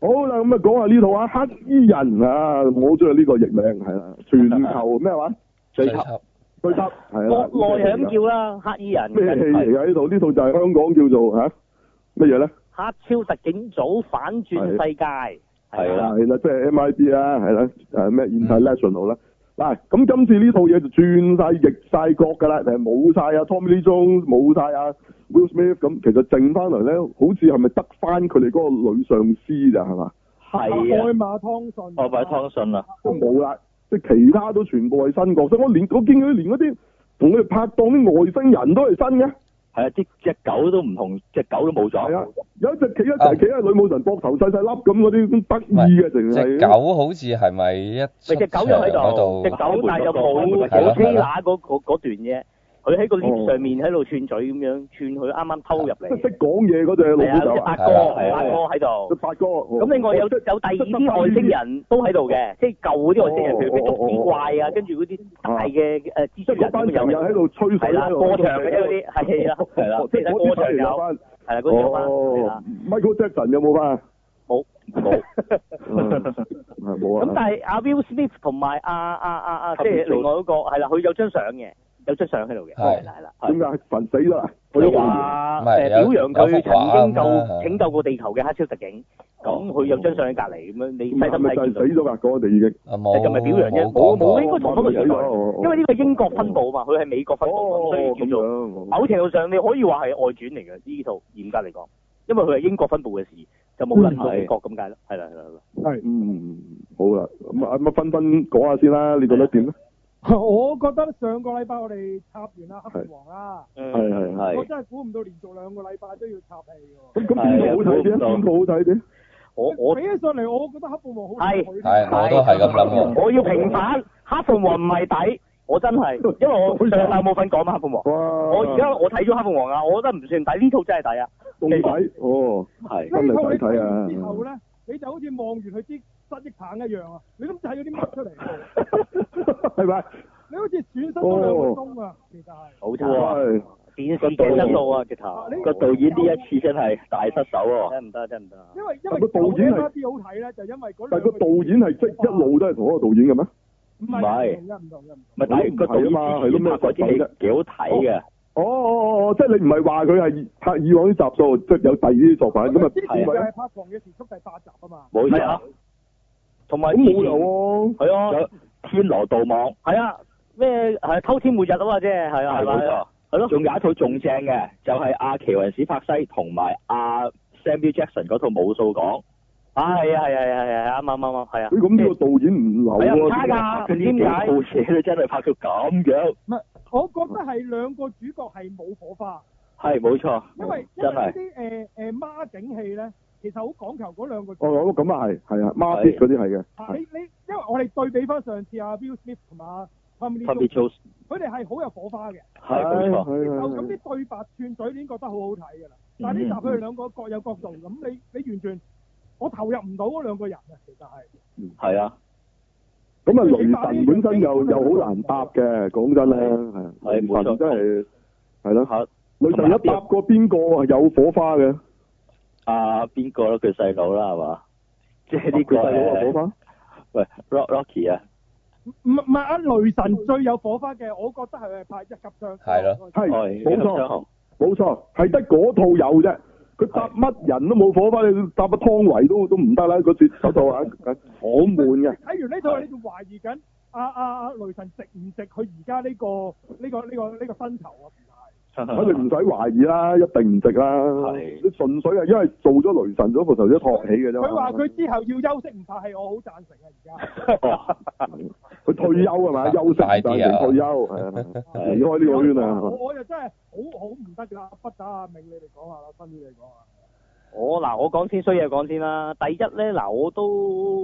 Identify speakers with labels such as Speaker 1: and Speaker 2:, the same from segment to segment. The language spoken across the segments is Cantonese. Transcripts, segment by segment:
Speaker 1: 好啦，咁啊講下呢套啊，黑衣人啊，我好中意呢個譯名，係啦，全球咩話？
Speaker 2: 最
Speaker 3: 最
Speaker 2: 後
Speaker 1: 對得係啦，
Speaker 4: 國內係咁叫啦，黑衣人
Speaker 1: 咩戲嚟
Speaker 4: 係
Speaker 1: 㗎？呢套呢套就係香港叫做嚇乜嘢咧？
Speaker 4: 黑超特警組反轉世界，
Speaker 2: 係
Speaker 4: 啊
Speaker 2: 啦
Speaker 1: 啊係啦，即係 MIB 啦，係啊啦，誒咩 international 啦。嗱，咁今次呢套嘢就轉晒逆晒角㗎啦，誒冇晒啊 Tommy Lee Jones，冇晒啊 Will Smith，咁其實剩翻嚟咧，好似係咪得翻佢哋嗰個女上司咋係嘛？
Speaker 2: 係啊，
Speaker 5: 馬湯信，
Speaker 2: 我擺湯信啊啦，
Speaker 1: 都冇啦，即係其他都全部係新角色。我連我見佢連嗰啲同佢哋拍檔啲外星人都係新嘅，
Speaker 2: 係啊，啲只狗都唔同，只狗都冇
Speaker 1: 係啊
Speaker 2: 咗，，
Speaker 1: 有一隻企一齊企喺女武神膊頭細細粒咁嗰啲咁得意嘅，淨
Speaker 3: 只
Speaker 1: 係
Speaker 3: 狗好似係咪一
Speaker 4: 咪
Speaker 3: 出
Speaker 4: 只
Speaker 3: 場
Speaker 4: 狗又喺
Speaker 3: 嗰度
Speaker 4: 度，只？狗但係就冇
Speaker 3: 係啦
Speaker 4: 冇 K 乸嗰嗰嗰段啫，佢喺個 lift 上面喺度串嘴咁樣串佢啱啱偷入
Speaker 1: 即係
Speaker 4: 嚟，
Speaker 1: 識講嘢嗰隻
Speaker 4: 係
Speaker 1: 老
Speaker 4: 啊，
Speaker 1: 虎
Speaker 4: 好
Speaker 1: 狗
Speaker 4: 似
Speaker 1: 啊，
Speaker 4: 八哥八哥喺度
Speaker 1: 佢。發哥。咁
Speaker 4: 咁另外有有第二啲外星，人都喺度嘅，即係舊嗰啲外星人，譬如咩捉子怪啊，跟住嗰啲大嘅誒蜘
Speaker 1: 即
Speaker 4: 蛛
Speaker 1: 係嗰
Speaker 4: 人
Speaker 1: 班
Speaker 4: 咁
Speaker 1: 人又
Speaker 4: 有
Speaker 1: 喺度吹水
Speaker 4: 係啦，過場嘅啫嗰啲，係啦，
Speaker 2: 係啦，
Speaker 1: 即係嗰啲
Speaker 4: 過場
Speaker 1: 有
Speaker 4: 有
Speaker 1: 翻。
Speaker 4: 係啦，嗰啲有翻，係
Speaker 1: 哦
Speaker 4: 啦，
Speaker 1: ，Michael Jackson 有冇翻 啊？
Speaker 4: 冇冇。
Speaker 1: 係冇啊。
Speaker 4: 咁但係阿 Will Smith 同埋阿阿阿阿即係另外嗰個係啦，佢有張相嘅，有張相喺度嘅，
Speaker 3: 係
Speaker 4: 啦係啦。
Speaker 1: 點解神死啦？
Speaker 4: 佢
Speaker 1: 咗
Speaker 4: 話
Speaker 3: 唔
Speaker 4: 誒
Speaker 3: 係
Speaker 4: 表
Speaker 3: 有
Speaker 4: 揚佢
Speaker 3: 有幅畫啊
Speaker 4: 曾
Speaker 3: 咁啦
Speaker 4: 經救拯救過地球嘅黑超特警，咁佢有張相喺隔離咁樣，你細
Speaker 1: 係
Speaker 4: 心
Speaker 1: 哦咪就
Speaker 4: 睇
Speaker 1: 係
Speaker 4: 見
Speaker 1: 死
Speaker 4: 到。
Speaker 1: 咗㗎？嗰個哋已經。
Speaker 3: 啊冇
Speaker 4: 就咪表揚
Speaker 3: 冇
Speaker 4: 啫
Speaker 3: 講
Speaker 4: 冇
Speaker 3: 過
Speaker 4: 應該同嗰個年代因為呢個英國分部啊嘛，佢係美國分部，
Speaker 1: 哦
Speaker 4: 所以叫做
Speaker 1: 啊
Speaker 4: 某程度上你可以話係外傳嚟嘅呢套，嚴格嚟講，因為佢係英國分部嘅事，就冇論到美國咁解咯，係啦係啦係啦。
Speaker 5: 係
Speaker 1: 嗯，好啦，咁啊，咁啊，分分講下先啦，你
Speaker 4: 啊
Speaker 1: 覺得點咧？
Speaker 5: 我覺得上個禮拜我哋插完啦黑王啦，
Speaker 4: 嗯
Speaker 1: 係
Speaker 4: 啊
Speaker 1: 係係。
Speaker 5: 我
Speaker 2: 係
Speaker 5: 真係估唔到連續兩個禮拜都要插戲喎。
Speaker 1: 咁咁邊個好睇
Speaker 4: 啊
Speaker 1: 啲？邊個好睇啲？
Speaker 4: 我我
Speaker 5: 比起上嚟，我覺得黑鳳凰好睇過佢。
Speaker 3: 係我都係咁諗
Speaker 4: 我要平反黑鳳凰唔係底，我 真係，因為我上禮冇份講嘛黑鳳凰，
Speaker 1: 哇！
Speaker 4: 我而家我睇咗黑鳳凰啊，我覺得唔算底，呢套真係底啊，
Speaker 1: 仲睇 哦，
Speaker 2: 係，
Speaker 1: 真
Speaker 5: 呢套
Speaker 1: 係
Speaker 5: 你
Speaker 1: 抵睇啊！
Speaker 5: 睇完之後咧，你就好似望完佢啲失憶棒一樣啊！你都唔知睇咗啲乜出嚟，
Speaker 1: 係咪？
Speaker 5: 你好似損失
Speaker 1: 哦
Speaker 5: 咗兩個鐘啊！其實係。
Speaker 4: 好慘啊，
Speaker 1: 係
Speaker 4: 電視嘅質素啊，直頭，
Speaker 2: 個導演呢一次真係大失手喎，
Speaker 4: 真唔得真唔得，
Speaker 5: 因為因
Speaker 1: 但
Speaker 5: 為
Speaker 1: 個導演係
Speaker 5: 舊 MRP 好睇咧，就因為嗰
Speaker 1: 但係
Speaker 5: 兩哦
Speaker 1: 個導演係即一路都係同一個導演嘅咩？
Speaker 5: 唔
Speaker 2: 唔係
Speaker 5: 係唔同一唔同一唔
Speaker 2: 唔係但係個導演
Speaker 4: 啊
Speaker 2: 之前拍嗰啲戲幾好睇嘅，
Speaker 1: 哦哦哦，即係你唔係話佢係拍以往啲集數，即係有第二啲作品
Speaker 5: 同。
Speaker 1: 咁啊？
Speaker 5: 之前
Speaker 1: 點
Speaker 5: 就
Speaker 1: 解
Speaker 5: 係拍《狂野時速》第八集啊嘛。
Speaker 2: 冇
Speaker 4: 係啊
Speaker 2: 錯，，
Speaker 4: 同埋
Speaker 1: 咁冇理由喎。
Speaker 4: 係啊。
Speaker 2: 有天羅盜網
Speaker 4: 係啊，咩係偷天換日啊嘛，即係係啊，
Speaker 2: 係
Speaker 4: 係
Speaker 2: 冇
Speaker 4: 咪
Speaker 2: 錯
Speaker 4: 啊？。係咯，
Speaker 2: 仲有一套仲正嘅，就係、阿奇雲史柏西同埋阿 Samuel Jackson 嗰套武數講，
Speaker 4: 啊係啊係啊係啊係啊，啱啱啱啱，係啊
Speaker 1: 佢。咁呢個導演唔流
Speaker 4: 係啊，唔差
Speaker 1: 喎。
Speaker 4: 㗎，
Speaker 2: 佢
Speaker 4: 唔
Speaker 2: 呢
Speaker 4: 知
Speaker 2: 幾
Speaker 4: 點
Speaker 2: 套
Speaker 4: 解。
Speaker 2: 嘢都真係拍到咁樣，
Speaker 5: 我覺得係兩個主角係冇火花，
Speaker 2: 係冇錯，
Speaker 5: 因為因
Speaker 2: 哦真
Speaker 5: 為
Speaker 2: 係
Speaker 5: 嗰啲誒誒孖景戲咧，其實好講求嗰兩個主角。
Speaker 1: 哦，咁啊係，係啊，孖啲嗰啲係嘅。
Speaker 5: 啊你你因為我哋對比翻上次阿 Will Smith 同埋阿 Tommy
Speaker 2: Tommy
Speaker 5: Lee Jones，
Speaker 2: Jones
Speaker 5: 佢哋係好有火花嘅。
Speaker 2: 係冇錯，
Speaker 1: 係係
Speaker 5: 咁
Speaker 1: 係
Speaker 5: 啲對白串嘴已經覺得好好睇㗎啦。但係呢集佢哋兩個各有各做，咁你你完全我投入唔到嗰兩個人啊，其實係。
Speaker 2: 係啊，
Speaker 1: 咁啊，雷神本身又又好難搭嘅，講真咧，係
Speaker 2: 係
Speaker 1: 雷
Speaker 2: 冇
Speaker 1: 神
Speaker 2: 錯
Speaker 1: 真係係咯，
Speaker 2: 嚇
Speaker 1: 雷神一搭過邊個係有火花嘅？
Speaker 2: 阿啊邊個咯？佢細佬啦係嘛？即係呢
Speaker 1: 佢
Speaker 2: 個
Speaker 1: 細佬啊有火
Speaker 2: 誒
Speaker 1: 花，
Speaker 2: 喂 Rock Rocky 啊，
Speaker 5: 唔唔係啊！雷神最有火花嘅，我覺得係拍一級哦章。
Speaker 3: 係咯
Speaker 1: 係
Speaker 2: 係
Speaker 1: 冇
Speaker 2: 張
Speaker 1: 錯
Speaker 2: 學
Speaker 1: 冇錯，係得嗰套有啫。佢搭乜人都冇火花，你搭個湯唯都都唔得啦！嗰次嗰套啊，好悶嘅。
Speaker 4: 啊
Speaker 5: 睇完呢套，你仲懷疑緊阿阿阿雷神值唔值佢而家呢個呢個呢個呢個薪酬啊？
Speaker 1: 我哋唔使懷疑啦，一定唔值啦。
Speaker 2: 係
Speaker 1: 你純粹係因為做咗雷神咗部頭先托起嘅啫嘛。
Speaker 5: 佢話佢之後要休息唔拍戲，我好贊成啊！而家
Speaker 1: 佢退休係 嘛？休息
Speaker 3: 大啲啊
Speaker 1: 但係退休係啊，離開呢個圈啊係
Speaker 5: 我
Speaker 1: 嘛。
Speaker 5: 我就真係好好唔得㗎啦！不打阿明，你哋講下啦，分啲你講啊下。
Speaker 4: 我嗱，我講先衰嘢講先啦。第一咧，嗱，我都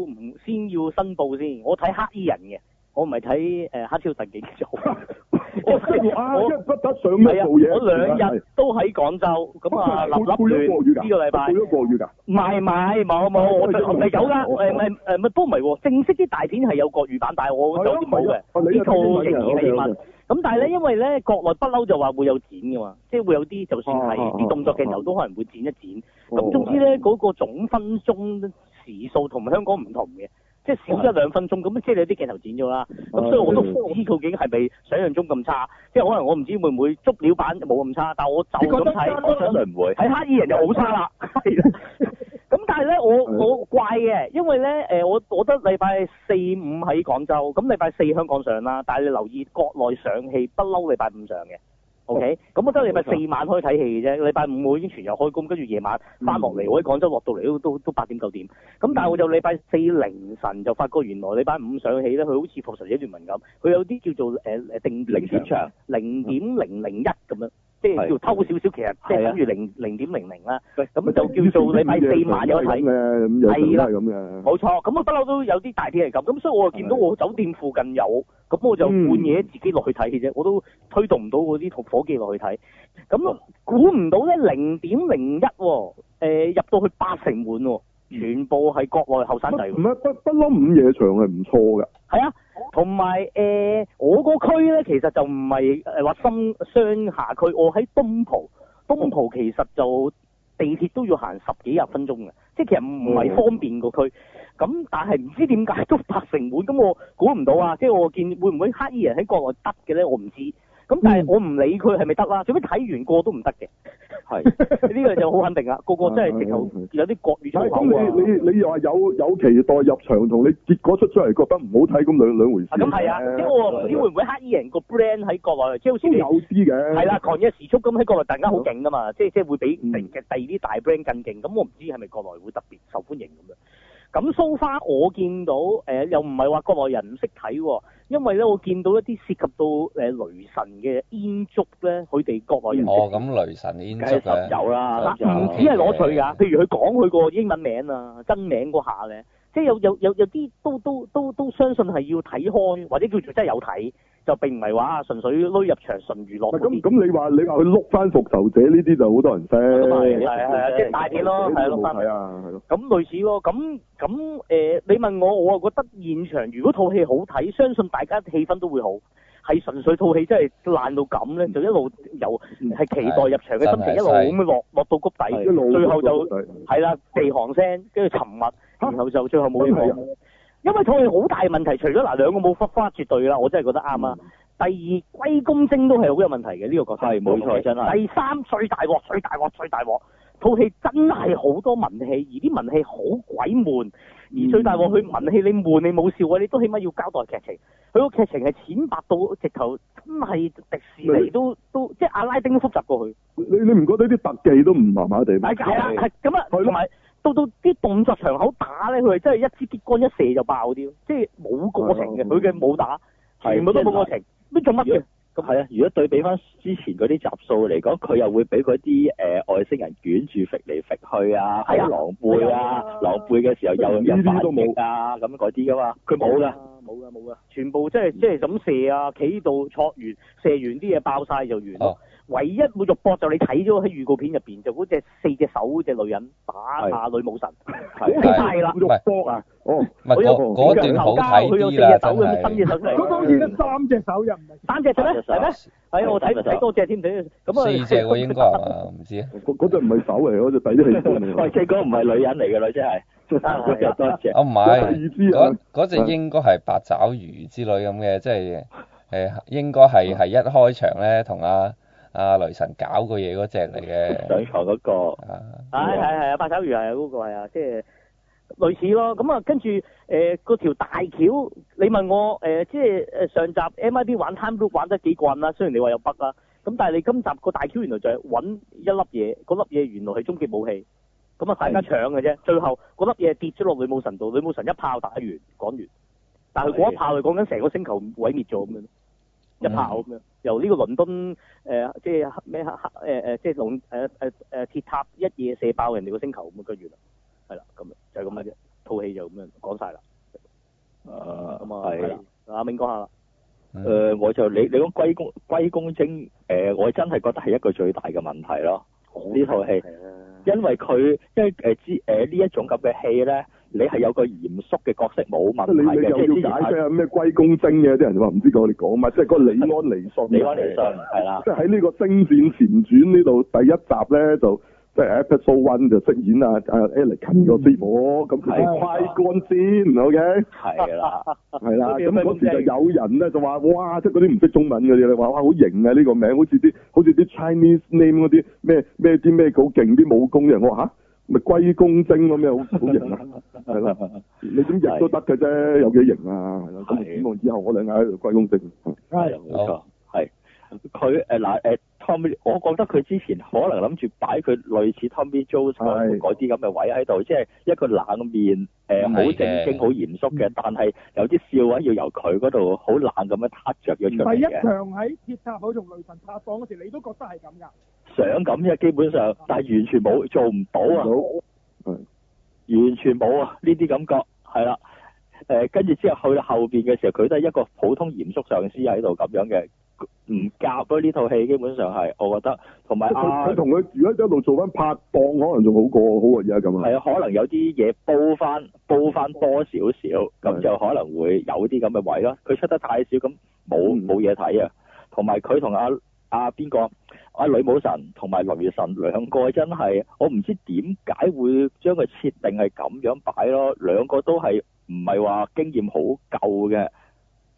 Speaker 4: 唔先要申報先，我睇黑衣人嘅，我唔係睇誒黑超特警 組。因為
Speaker 1: 啊，
Speaker 4: 我
Speaker 1: 一不得上咩
Speaker 4: 係啊，
Speaker 1: 做嘢？
Speaker 4: 我兩日都喺廣州，咁啊立
Speaker 1: 背咗國
Speaker 4: 立
Speaker 1: 語
Speaker 4: 亂
Speaker 1: 㗎，
Speaker 4: 呢個禮拜
Speaker 1: 背。咗國語㗎。
Speaker 4: 唔係唔係，冇冇， 我
Speaker 1: 哦
Speaker 4: 唔係有啦，
Speaker 1: 哦
Speaker 4: 誒唔係誒唔都唔係喎，正式啲大片係有國語版，但係啊我就好似冇嘅。
Speaker 1: 啊
Speaker 4: 呢套仍然係英文。咁但係咧，因為咧國內不嬲就話會有剪嘅嘛，即係會有啲就算係
Speaker 1: 哦哦哦
Speaker 4: 啊
Speaker 2: 哦
Speaker 1: 哦
Speaker 4: 啲動作鏡頭都可能會剪一剪。
Speaker 1: 咁
Speaker 4: 咁總之咧，嗰個總分鐘時時數同香港唔同嘅，即係
Speaker 2: 哦
Speaker 4: 少一兩分鐘，咁即係你啲鏡頭剪咗啦。咁所以我都
Speaker 2: 嗯
Speaker 4: 唔知究竟係咪想象中咁差，即係可能我唔知會唔會足料版冇咁差，但我就
Speaker 2: 你覺
Speaker 4: 咁
Speaker 2: 得
Speaker 4: 睇，
Speaker 2: 我想唔會。
Speaker 4: 睇黑衣人就好差啦。係啦咁但係咧，我我怪嘅，因為咧誒、呃我我覺得禮拜四五喺廣州，咁禮拜四香港上啦，但係你留意國內上戲不嬲禮拜五上嘅。O K，咁我得禮拜四晚可以睇戲嘅啫，禮拜五我已經全日開工，跟住夜晚翻落嚟，我喺廣州落到嚟都都都八點九點。咁但係我就禮拜四凌晨就發覺原來禮拜五上戲咧，佢好似復仇者聯盟咁，佢有啲叫做誒誒定
Speaker 2: 零點場，
Speaker 4: 零點零零一咁樣，即係
Speaker 2: 係
Speaker 4: 叫偷少少，其實即係
Speaker 2: 係啊
Speaker 4: 等於零零點零零啦。
Speaker 2: 喂
Speaker 4: 咁啊就叫做禮拜四晚有得睇。
Speaker 1: 咁有時都係咁嘅。
Speaker 4: 冇錯，咁我不嬲都有啲大片係咁，咁所以我就見到
Speaker 1: 係
Speaker 4: 我酒店附近有，咁我就
Speaker 1: 嗯
Speaker 4: 半夜自己落去睇嘅啫，我都推動唔到我啲同伙計落去睇。咁估唔到咧，零點零一喎，誒入到去八成滿喎，全部係國內後生仔喎
Speaker 1: 唔。係不不嬲午夜場係唔錯嘅，
Speaker 4: 係啊，同埋誒，我個區咧其實就唔係誒話深商下區，我喺東浦，東浦其實就地鐵都要行十幾廿分鐘嘅，即係其實唔係方便個區。咁但係唔知點解都拍成滿，咁我估唔到啊！即係我見會唔會黑衣人喺國內得嘅咧？我唔知。咁但係我唔理佢係咪得啦，最尾睇完個都唔得嘅。
Speaker 2: 係
Speaker 4: 呢個就好肯定啦，個個真係直頭有啲國語
Speaker 1: 但係
Speaker 4: 粗口
Speaker 1: 咁你
Speaker 4: 啊！
Speaker 1: 你你又話有有期待入場，同你結果出出嚟覺得唔好睇咁兩兩回事。
Speaker 4: 啊咁係啊，
Speaker 1: 嗯
Speaker 4: 即係我唔知會唔會黑衣人個 brand 喺國內，即係好似
Speaker 1: 都
Speaker 4: 你
Speaker 1: 有啲嘅。
Speaker 4: 係啦，狂野時速咁喺國內突然間好勁噶嘛，即係即係會比
Speaker 1: 嗯嗯
Speaker 4: 第嘅第二啲大 brand 更勁。咁我唔知係咪國內會特別受歡迎咁樣。咁 so far 我見到誒、呃又唔係話國內人唔識睇喎，因為咧我見到一啲涉及到誒、呃雷神嘅煙燭咧，佢哋國內人
Speaker 3: 哦，咁雷神煙
Speaker 2: 梗
Speaker 3: 燭啊
Speaker 2: 係十
Speaker 3: 嘅，
Speaker 2: 有啦，十
Speaker 3: 咁就
Speaker 2: 有
Speaker 4: 唔止係嗯攞取㗎，譬如佢講佢個英文名啊、真名嗰下咧，即係有有有有啲都都都都相信係要睇開，或者叫做真係有睇，就並唔係話啊純粹攞入場純娛樂嗰
Speaker 1: 咁
Speaker 4: 啲
Speaker 1: 咁你話你話佢碌翻復仇者呢啲就好多人
Speaker 4: 咁啊
Speaker 1: 識
Speaker 4: 係。係係即係大片咯，係咯，
Speaker 1: 冇
Speaker 4: 翻
Speaker 1: 睇啊，係咯。
Speaker 4: 咁類似咯，咁咁誒，你問我，我啊覺得現場如果套戲好睇，相信大家氣氛都會好。係純粹套戲真係爛到咁咧，就一路由
Speaker 1: 嗯
Speaker 4: 係期待入場嘅心
Speaker 3: 真係
Speaker 4: 情一路咁樣落落到谷
Speaker 2: 係
Speaker 4: 底，
Speaker 1: 啊一路
Speaker 4: 最後就
Speaker 1: 係
Speaker 4: 係啦，地行聲，跟住沉默，
Speaker 2: 啊
Speaker 4: 然後就最後冇
Speaker 1: 真
Speaker 4: 嘢
Speaker 1: 係
Speaker 4: 講。因為套戲好大問題，除咗嗱兩個冇花花絕對啦，我真係覺得啱
Speaker 2: 嗯
Speaker 4: 啊。第二龜公精都係好有問題嘅呢個角色，
Speaker 2: 係冇錯真係
Speaker 4: 第三最大鑊，最大鑊，最大鑊，套戲真係好多文戲，而啲文戲好鬼悶。而最大鑊，佢文戲你悶你冇笑啊，你都起碼要交代劇情。佢個劇情係淺白到直頭真係迪士
Speaker 2: 嗯
Speaker 4: 尼都都即係阿拉丁複雜過佢。
Speaker 1: 你你唔覺得啲特技都唔麻麻地咩？
Speaker 4: 係係啦，係咁啊，
Speaker 1: 係咯
Speaker 4: 同埋到到啲動作場口打咧，佢係真係一支激光一射就爆啲，即係冇過程
Speaker 1: 係
Speaker 4: 嘅，
Speaker 1: 啊
Speaker 4: 佢嘅武打
Speaker 2: 係
Speaker 4: 全部都冇過程，都做乜嘅？
Speaker 2: 咁係啊，如果對比翻之前嗰啲集數嚟講，佢又會俾嗰啲誒外星人捲住揈嚟揈去啊，好
Speaker 4: 係啊
Speaker 2: 狼狽啊
Speaker 5: 係啊，
Speaker 2: 狼狽嘅時候又
Speaker 1: 呢
Speaker 2: 有
Speaker 1: 啲
Speaker 2: 反
Speaker 1: 都冇
Speaker 2: 應啊，咁嗰啲噶嘛，佢冇
Speaker 4: 冇
Speaker 2: 㗎，，
Speaker 4: 啊冇噶，冇噶，全部即係
Speaker 3: 嗯
Speaker 4: 即係咁射啊，企度戳完，射完啲嘢爆晒就完咯。
Speaker 3: 哦
Speaker 4: 唯一會肉搏就你睇咗喺預告片入邊，就嗰隻四隻手嗰隻女人打下女武神，好
Speaker 2: 係
Speaker 3: 係
Speaker 4: 大啦。
Speaker 1: 肉搏啊！哦，
Speaker 3: 唔係
Speaker 4: 我有
Speaker 3: 嗰嗰
Speaker 4: 佢有
Speaker 3: 段好睇
Speaker 4: 佢有四
Speaker 3: 啲
Speaker 4: 隻
Speaker 3: 啦，
Speaker 4: 手
Speaker 3: 真係。
Speaker 4: 咁伸隻手出嚟，
Speaker 5: 嗰個而家三隻手又唔係，
Speaker 4: 三隻啫咩？係咩？
Speaker 3: 四
Speaker 4: 係我睇
Speaker 2: 三隻手
Speaker 4: 睇多隻添，睇咁啊
Speaker 3: 四隻 喎應該係嘛？唔知啊。
Speaker 1: 嗰嗰隻唔係手嚟，嗰隻第啲器官嚟
Speaker 2: 喂，
Speaker 1: 㗎。
Speaker 2: 即係嗰個唔係女人嚟㗎啦，真係，
Speaker 4: 係啊
Speaker 2: 多謝。
Speaker 3: 啊唔
Speaker 1: 有
Speaker 3: 係，
Speaker 1: 第二
Speaker 3: 嗰
Speaker 1: 支
Speaker 3: 嗰
Speaker 4: 嗯
Speaker 3: 只應該係八爪魚之類咁嘅，即係誒應該
Speaker 4: 嗯
Speaker 3: 係係一開場咧同阿阿雷神搞過嘢嗰只嚟嘅。
Speaker 2: 上床嗰個
Speaker 3: 啊
Speaker 4: 係係係啊，八爪魚係啊嗰個係啊，即係類似咯。咁啊，跟住誒嗰條大橋，你問我誒、呃即係誒上集 MIB 玩 Time Loop 玩得幾過癮啦，雖然你話有 bug 啦，咁但係你今集個大橋原來就係揾一粒嘢，嗰粒嘢原來係終極武器，咁啊大家搶嘅啫。最後嗰粒嘢跌咗落女武神度，女武神一炮打完講完，但係佢嗰一炮係講緊成個星球毀滅咗咁樣。
Speaker 2: 嗯
Speaker 4: 一炮咁樣，由呢個倫敦誒、呃即係黑咩黑呃黑誒誒，即係龍誒誒誒鐵呃塔一夜射爆人哋個星球咁樣跟住啦，係啦，咁樣就係咁嘅啫，套戲就咁樣講晒啦，
Speaker 2: 啊
Speaker 4: 咁啊，係
Speaker 2: 係
Speaker 4: 啦。阿明講啊下啦，
Speaker 3: 嗯
Speaker 2: 誒、呃我就你你講龜公龜公精誒、我真係覺得係一個最大嘅問題咯。呢套戲，
Speaker 3: 啊
Speaker 2: 因為佢因為誒之誒呢一種咁嘅戲咧，你係有個嚴肅嘅角色冇問
Speaker 1: 即係你
Speaker 2: 題
Speaker 1: 你
Speaker 2: 嘅，即係
Speaker 1: 又
Speaker 2: 之前
Speaker 1: 要解釋
Speaker 2: 係
Speaker 1: 下咩龜公精嘅，啲人話唔知講你講乜，即係嗰個李安尼信。啊
Speaker 2: 李安尼信係啦，
Speaker 1: 即係喺呢個《星戰前傳》呢度第一集咧，就即係 Episode One 就飾演啊啊 Anakin 個師傅，咁佢係
Speaker 2: 係
Speaker 1: 快幹先，OK，
Speaker 2: 係啦，
Speaker 1: 係 啦，
Speaker 4: 佢哋有
Speaker 1: 咁
Speaker 4: 咩
Speaker 1: 嗰
Speaker 4: 咁
Speaker 1: 時就
Speaker 4: 正
Speaker 1: 有人咧就話，哇，即係嗰啲唔識中文嗰啲咧，話哇好型啊呢個名，好似啲好似啲 Chinese name 嗰啲咩咩啲咩好勁啲武功嘅，我話嚇咪龜公精咁樣，好好型 啊！係啦，你點譯都得嘅啫，有幾型啊？係啦，咁
Speaker 2: 係
Speaker 1: 希望以後我兩眼喺度龜公精。
Speaker 2: 係啦冇錯，係佢誒嗱誒 Tommy，我覺得佢之前可能諗住擺佢類似 Tommy Jones
Speaker 1: 係
Speaker 2: 嗰嗰啲咁嘅位喺度，即係一個冷面誒
Speaker 3: 唔係
Speaker 2: 好
Speaker 3: 嘅
Speaker 2: 正經、好嚴肅嘅，但係有啲笑位要由佢嗰度好冷咁樣撻着咗出嚟
Speaker 5: 第一
Speaker 2: 嘅。
Speaker 5: 場喺鐵塔口同雷神拍檔嗰時，你都覺得係咁㗎。
Speaker 2: 想咁啫，基本上，但係完全冇做唔到啊，完全冇啊，呢啲感覺係啦。誒、跟住之後去到後邊嘅時候，佢都係一個普通嚴肅上司喺度咁樣嘅，唔夾咯呢套戲基本上係，我覺得同埋啊
Speaker 1: 佢，同佢如果一路做翻拍檔，可能仲好過好過而家咁啊。
Speaker 2: 係啊，可能有啲嘢煲翻煲翻多少少，咁就可能會有啲咁嘅位咯。佢出得太少，咁冇
Speaker 1: 嗯
Speaker 2: 冇嘢睇啊。同埋佢同阿阿邊個阿女武神同埋雷神兩個真係，我唔知點解會將佢設定係咁樣擺咯。兩個都係唔係話經驗好夠嘅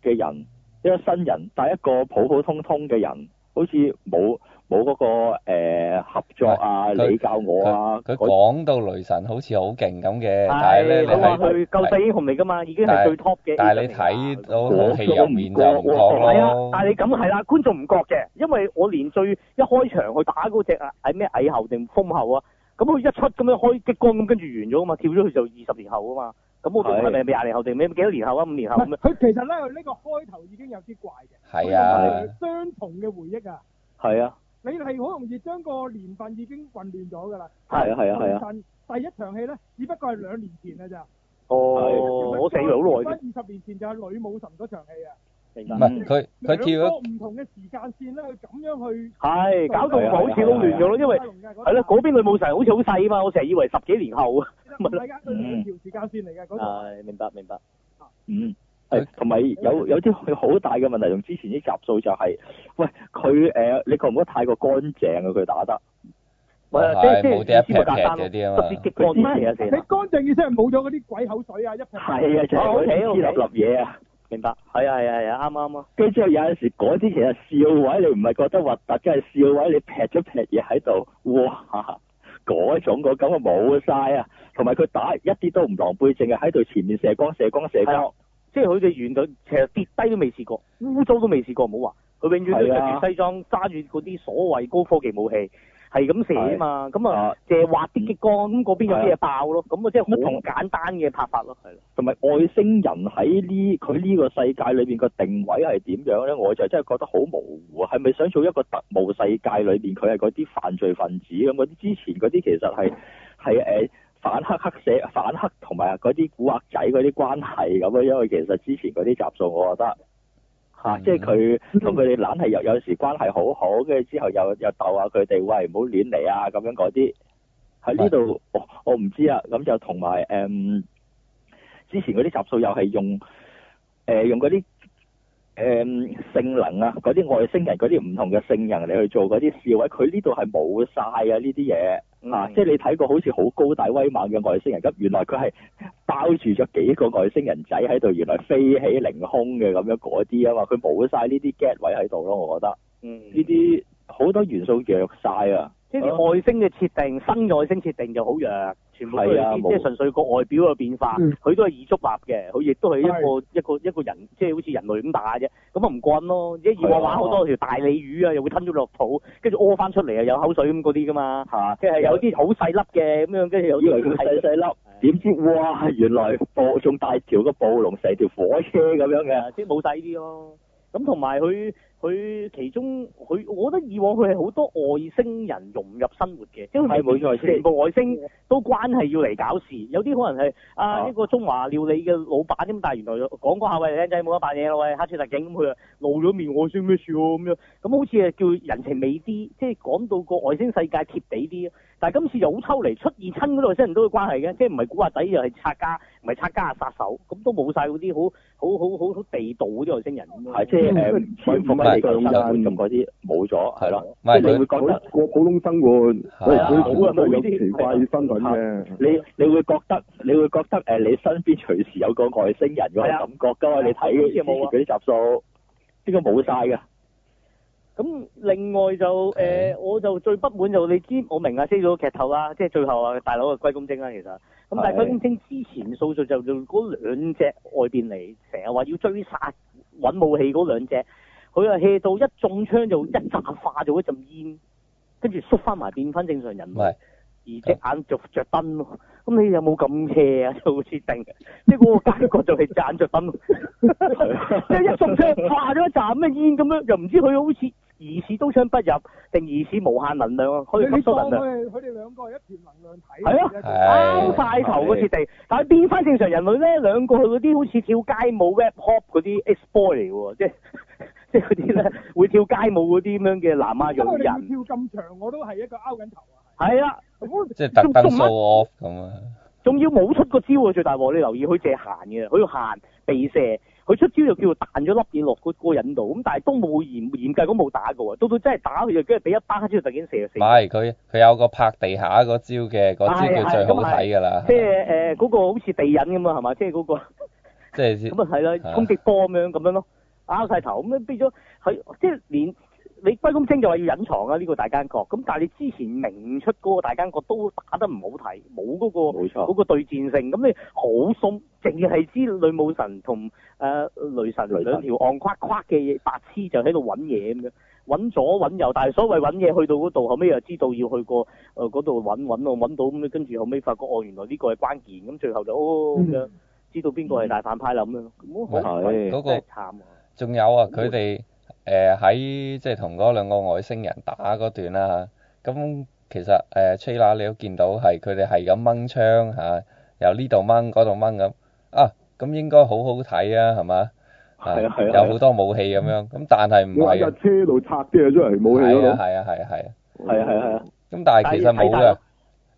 Speaker 2: 嘅人，一個新人，但係一個普普通通嘅人，好似冇冇嗰個、呃、合作啊，
Speaker 3: 佢
Speaker 2: 你教我啊
Speaker 3: 佢佢
Speaker 2: 嗰
Speaker 3: 講到雷神好似好勁咁嘅，但係咧
Speaker 4: 係，
Speaker 3: 你
Speaker 4: 佢話
Speaker 3: 喺
Speaker 4: 啊佢救世英雄嚟㗎嘛，已經係最 top 嘅。
Speaker 3: 但係你睇到套戲入面就唔覺
Speaker 4: 係啊
Speaker 3: 咯，，
Speaker 4: 但係你咁係啦，觀眾唔覺嘅，因為我連最一開場去打嗰只係咩蟻後定風後啊，咁佢一出咁樣開激光咁，跟住完咗啊嘛，跳咗佢就二十年後啊嘛，咁我哋
Speaker 2: 係
Speaker 4: 係咪廿年後定咩幾多年後啊？五年後 咁
Speaker 5: 唔係
Speaker 4: 樣，
Speaker 5: 佢其實咧，佢呢個開頭已經有啲怪嘅。
Speaker 3: 係啊，
Speaker 5: 佢有相同嘅回憶啊，
Speaker 2: 係啊，
Speaker 5: 你係好容易將個年份已經混亂咗㗎啦。
Speaker 2: 係啊，係啊，係啊，
Speaker 5: 神第一場戲咧，只不過係兩年前啊咋。
Speaker 4: 哦，我死咗好耐嘅，
Speaker 5: 二十年前就係女武神嗰場戲啊。
Speaker 4: 明
Speaker 3: 唔
Speaker 4: 白
Speaker 3: 係佢佢跳咗
Speaker 5: 兩個唔同嘅時間線咧，佢咁樣去。
Speaker 4: 係搞到我好似撈亂咗咯，因為係
Speaker 5: 係
Speaker 4: 咯，嗰邊女武神好似好細啊嘛，我成日以為十幾年 後啊。
Speaker 5: 唔係㗎，佢兩條時間線嚟嘅
Speaker 4: À,
Speaker 5: 嗰度。
Speaker 4: 係，明白明白。
Speaker 2: 嗯，係，同埋有有啲好大嘅問題，同之前啲集數就係、喂，佢誒、呃你覺唔覺得太過乾淨啊？佢打得，
Speaker 4: 喂
Speaker 3: 係
Speaker 4: 即係
Speaker 3: 冇第一劈
Speaker 4: 即係
Speaker 3: 劈嗰啲啊
Speaker 4: 特別
Speaker 3: 嘛，
Speaker 4: 激光啲嘢啊，死
Speaker 5: 你
Speaker 4: 啦！
Speaker 5: 乾淨意思係冇咗嗰啲鬼口水啊，一劈
Speaker 2: 係啊，就係嗰啲黐粒粒嘢啊。
Speaker 4: 明白，係啊係啊係啊，啱啱啊。
Speaker 2: 跟住之後有陣時嗰啲其實笑位，你唔係覺得核突，真係笑位，你劈咗劈嘢喺度，哇！嗰種嗰感啊冇晒啊，同埋佢打一啲都唔狼狽，淨係喺度前面射光射光射
Speaker 4: 係
Speaker 2: 光
Speaker 4: 啊，即係佢哋原來其實跌低都未試過，污糟都未試過，唔好話。佢永遠都
Speaker 2: 係啊
Speaker 4: 着住西裝，揸住嗰啲所謂高科技武器，係咁射啊嘛。咁啊
Speaker 2: 啊，
Speaker 4: 淨係畫啲激光，咁嗰邊有啲嘢爆咯。咁啊，即係
Speaker 2: 乜
Speaker 4: 好
Speaker 2: 同
Speaker 4: 簡單嘅拍法咯，係咯。
Speaker 2: 同埋外星人喺呢佢呢個世界裏邊個定位係點樣咧？我就真係覺得好模糊啊！係咪想做一個特務世界裏邊佢係嗰啲犯罪分子咁？嗰啲之前嗰啲其實係係誒反黑黑社反黑同埋嗰啲古惑仔嗰啲關係咁樣，因為其實之前嗰啲集數我覺得。嚇、
Speaker 3: 嗯
Speaker 2: 即係佢同佢哋懶係有有時關係好好，跟住之後又又鬥下佢哋，喂唔好亂嚟啊咁樣嗰啲。喺呢度，我我唔知啊。咁就同埋誒，之前嗰啲集數又係用誒、呃用嗰啲誒性能啊，嗰啲外星人嗰啲唔同嘅性能嚟去做嗰啲示威，佢呢度係冇晒啊呢啲嘢。
Speaker 4: 嗯
Speaker 2: 啊！即係你睇過好似好高大威猛嘅外星人，咁原來佢係包住咗幾個外星人仔喺度，原來飛起凌空嘅咁樣嗰啲啊嘛，佢冇晒呢啲 get 位喺度咯，我覺得
Speaker 4: 嗯，
Speaker 2: 呢啲好多元素弱晒啊，
Speaker 4: 即係啲外星嘅設定，新嘅外星設定就好弱，全部都
Speaker 2: 係啊
Speaker 4: 係
Speaker 2: 冇
Speaker 4: 即係純粹個外表嘅變化，
Speaker 5: 嗯
Speaker 4: 佢都係易觸立嘅，佢亦都係一個一個一個人，即係好似人類咁打嘅啫，咁啊唔慣咯，即係以往
Speaker 2: 係啊
Speaker 4: 玩好多條大鯉魚啊，又會吞咗落肚，跟住屙翻出嚟啊，有口水咁嗰啲噶嘛，
Speaker 2: 嚇！
Speaker 4: 即係有啲好細粒嘅咁樣，跟住有
Speaker 2: 以為
Speaker 4: 啲
Speaker 2: 佢細細粒，點知哇原來暴仲大條個暴龍成條火車咁樣嘅，
Speaker 4: 即係冇細啲咯。咁同埋佢佢其中佢，我覺得以往佢係好多外星人融入生活嘅，即係佢
Speaker 2: 係冇錯，即
Speaker 4: 全
Speaker 2: 係
Speaker 4: 部外星都關係要嚟搞事，有啲可能係啊
Speaker 2: 啊
Speaker 4: 一個中華料理嘅老闆咁，但係原來講講下喂靚仔冇得扮嘢啦喂，黑色特警咁佢啊露咗面外星咩事喎咁樣，咁好似係叫人情味啲，即係講到個外星世界貼地啲。但係今次又好抽離，出現親嗰啲外星人都有關係嘅，即係唔係古惑仔又係拆家，唔係拆家係殺手，咁都冇晒嗰啲好好好好好地道嗰啲外星人咁樣。嗯
Speaker 2: 係即係誒潛伏
Speaker 3: 唔
Speaker 2: 喺你
Speaker 1: 上
Speaker 2: 嘅生活
Speaker 1: 癮
Speaker 2: 咁嗰啲冇咗，係
Speaker 4: 啊
Speaker 2: 咯，
Speaker 3: 唔係
Speaker 2: 即係你會
Speaker 3: 佢
Speaker 2: 覺得
Speaker 1: 佢過普通生活，喂
Speaker 3: 啊
Speaker 1: 佢
Speaker 2: 冇啊
Speaker 1: 都係有
Speaker 2: 冇呢啲
Speaker 1: 奇怪身份嘅。
Speaker 2: 你你會覺得你會覺得誒，你身邊隨時有個外星人嗰個
Speaker 4: 係啊
Speaker 2: 感覺㗎嘛？你睇
Speaker 4: 好
Speaker 2: 之
Speaker 4: 似
Speaker 2: 前
Speaker 4: 冇啊
Speaker 2: 嗰啲集數，呢個冇晒㗎。
Speaker 4: 咁另外就誒、呃我就最不滿就你知我明啊，即係咗劇透啦，即係最後啊大佬啊歸公精啦，其實咁但係
Speaker 2: 係
Speaker 4: 歸公精之前數數就就嗰兩隻外邊嚟，成日話要追殺揾武器嗰兩隻，佢啊 hea 到一中槍就一炸化咗一陣煙，跟住縮翻埋變翻正常人
Speaker 3: 唔係
Speaker 4: 類，而隻眼着着燈咯。咁你有冇咁 hea 啊？做設定， 即係嗰個感覺就係隻眼着燈咯。即係一中槍化咗一陣咩煙咁樣，又唔知佢好似疑似刀槍不入，定疑似無限能量啊，可以
Speaker 5: 你
Speaker 4: 吸
Speaker 5: 你當
Speaker 4: 收能量。
Speaker 5: 佢哋佢哋兩個係一團能量體
Speaker 4: 係啊
Speaker 5: 嚟嘅
Speaker 3: 係
Speaker 4: 拗晒頭個設定，但係變翻正常人類咧，兩個佢嗰啲好似跳街舞 rap hop 嗰啲 X boy 嚟喎，即係 即係嗰啲咧會跳街舞嗰啲咁樣嘅南亞
Speaker 5: 因為
Speaker 4: 裔
Speaker 5: 你要
Speaker 4: 人，
Speaker 5: 跳咁長，我都係一個拗緊頭啊！
Speaker 4: 係啦，
Speaker 5: 咁
Speaker 3: 即係特登
Speaker 4: 仲乜
Speaker 3: show off 咁啊，
Speaker 4: 仲要冇出個招喎，最大鑊你留意佢淨係行嘅，佢要行避射，佢出招就叫做彈咗粒嘢落嗰嗰個人度，咁但係都冇嚴嚴格咁冇打嘅喎，到到真係打佢就跟住俾一巴之後突然射
Speaker 3: 唔
Speaker 4: 死。
Speaker 3: 係佢佢有個拍地下嗰招嘅，嗰招叫最好睇㗎啦
Speaker 4: 即，係誒嗰個好似地引咁啊，係嘛？即係嗰個
Speaker 3: 即係
Speaker 4: 咁啊，係啦，衝擊波咁樣咁樣咯，拗晒頭咁樣變咗佢即係連你歸公精就話要隱藏啊，呢、個大奸角。咁但係你之前明出嗰個大奸角都打得唔好睇，冇嗰、個
Speaker 2: 冇錯
Speaker 4: 嗰個對戰性，咁你好鬆，淨係知女武神同誒、呃雷神
Speaker 2: 雷神
Speaker 4: 兩條戇誇誇嘅嘢白痴就喺度揾嘢咁樣。揾左揾右，但係所謂揾嘢去到嗰度，後尾又知道要去過誒嗰度揾揾我揾到咁，跟住後尾發覺哦，原來呢個係關鍵，咁最後就哦咁樣。知道邊個係大反派啦咁樣，咁
Speaker 3: 喂
Speaker 4: 好
Speaker 2: 嗰
Speaker 4: 真
Speaker 3: 個
Speaker 4: 係慘啊！
Speaker 3: 仲有啊，佢哋誒喺即係同嗰兩個外星人打嗰段啦嚇，咁其實誒 t r a i l e r 你都見到係佢哋係咁掹槍嚇，由呢度掹嗰度掹咁啊，咁應該好好睇啊，係嘛？
Speaker 2: 係啊係啊
Speaker 3: 有好多武器咁樣，咁但係唔
Speaker 1: 你話
Speaker 3: 係
Speaker 1: 架
Speaker 3: 啊，
Speaker 1: 車度拆啲嘢出嚟冇氣
Speaker 3: 係啊
Speaker 1: 咯，
Speaker 3: 係啊係啊係啊，
Speaker 2: 係啊係啊係啊，
Speaker 3: 咁但係其實冇
Speaker 4: 係啊睇大陸
Speaker 3: 㗎，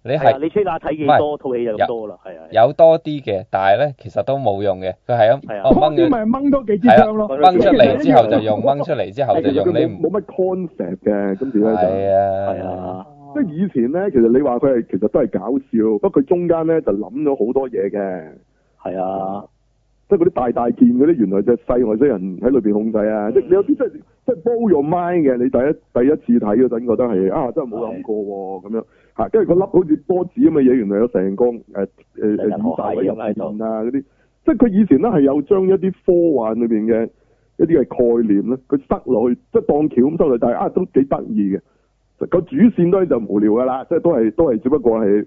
Speaker 3: 你
Speaker 4: 係啊，
Speaker 3: 係
Speaker 4: 你吹打睇幾多套戲就咁多啦，係啊，
Speaker 3: 有多啲嘅，但係咧其實都冇用嘅，佢係
Speaker 4: 係
Speaker 3: 咁
Speaker 4: 啊
Speaker 3: 哦
Speaker 5: 嗰
Speaker 3: 掹
Speaker 5: 啲
Speaker 3: 咗
Speaker 5: 咪掹多幾支槍咯，
Speaker 3: 掹出嚟之後就用，掹出嚟之後
Speaker 1: 其
Speaker 3: 就
Speaker 1: 實
Speaker 3: 用，
Speaker 1: 佢
Speaker 3: 你
Speaker 1: 冇
Speaker 3: 唔
Speaker 1: 冇乜 concept 嘅，今次咧就。
Speaker 3: 係啊
Speaker 2: 係啊，
Speaker 1: 即啊係以前咧，其實你話佢係其實都係搞笑，不過佢中間咧就諗咗好多嘢嘅，
Speaker 2: 係啊，
Speaker 1: 即係嗰啲大大件嗰啲，原來隻細外星人喺裏邊控制啊！
Speaker 2: 嗯
Speaker 1: 即係你有啲即係即係 blow your mind 嘅，你第一第一次睇嗰陣覺得係啊，真係冇諗過喎咁樣嚇，跟住個粒好似波子咁嘅嘢，原來有成個誒誒誒
Speaker 2: 成個
Speaker 1: 耳
Speaker 2: 蟹
Speaker 1: 罩喺入
Speaker 2: 咁喺度
Speaker 1: 邊啊嗰啲，即係佢以前咧係有將一啲科幻裏邊嘅一啲嘅概念咧，佢塞落去，即係當橋咁塞落去，但係啊都幾得意嘅。個主線當然就無聊㗎啦，即係都係都係只不過係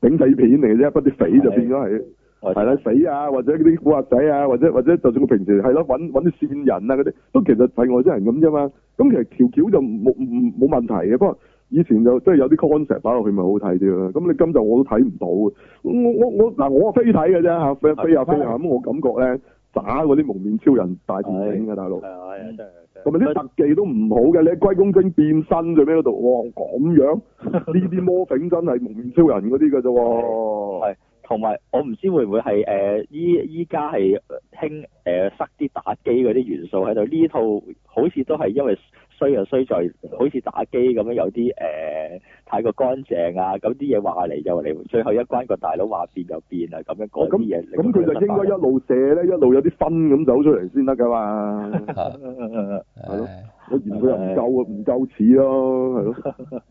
Speaker 1: 整體片嚟嘅啫，不過啲匪就變咗係。
Speaker 2: 我
Speaker 1: 係啦，死啊，或者嗰啲古惑仔啊，或者或者就算佢平時係啦，揾揾啲線人啊嗰啲，都其實係外星人咁啫嘛。咁其實條橋就冇冇冇問題嘅，不過以前就即係有啲 concept 擺落去咪好睇啲咯。咁你今集我都睇唔到嘅，我我我嗱我飛睇嘅啫嚇，飛飛啊下飛下咁，我感覺咧打嗰啲蒙面超人大電影嘅大佬
Speaker 4: 係，啊，係啊，真係真
Speaker 1: 同
Speaker 4: 係。
Speaker 1: 埋啲特技都唔好嘅，你喺龜公精變身最尾嗰度，哇咁樣呢啲魔警真係蒙面超人嗰啲嘅啫喎。
Speaker 2: 係同埋我唔知會唔會係誒依依家係興誒塞啲打機嗰啲元素喺度，呢套好似都係因為衰就衰在好似打機咁樣有啲誒、呃太過乾淨啊，咁啲嘢話嚟就嚟，最後一關個大佬話變就變啊，咁樣嗰
Speaker 1: 哦咁
Speaker 2: 啲嘢令
Speaker 1: 咁佢就
Speaker 2: 失
Speaker 1: 應
Speaker 2: 敗
Speaker 1: 該一路射咧，一路有啲分咁走出嚟先得噶嘛。
Speaker 3: 嚇
Speaker 2: 嗯
Speaker 1: 係咯
Speaker 3: 唉
Speaker 1: 我嫌佢又唔夠啊，唔夠似咯，係咯。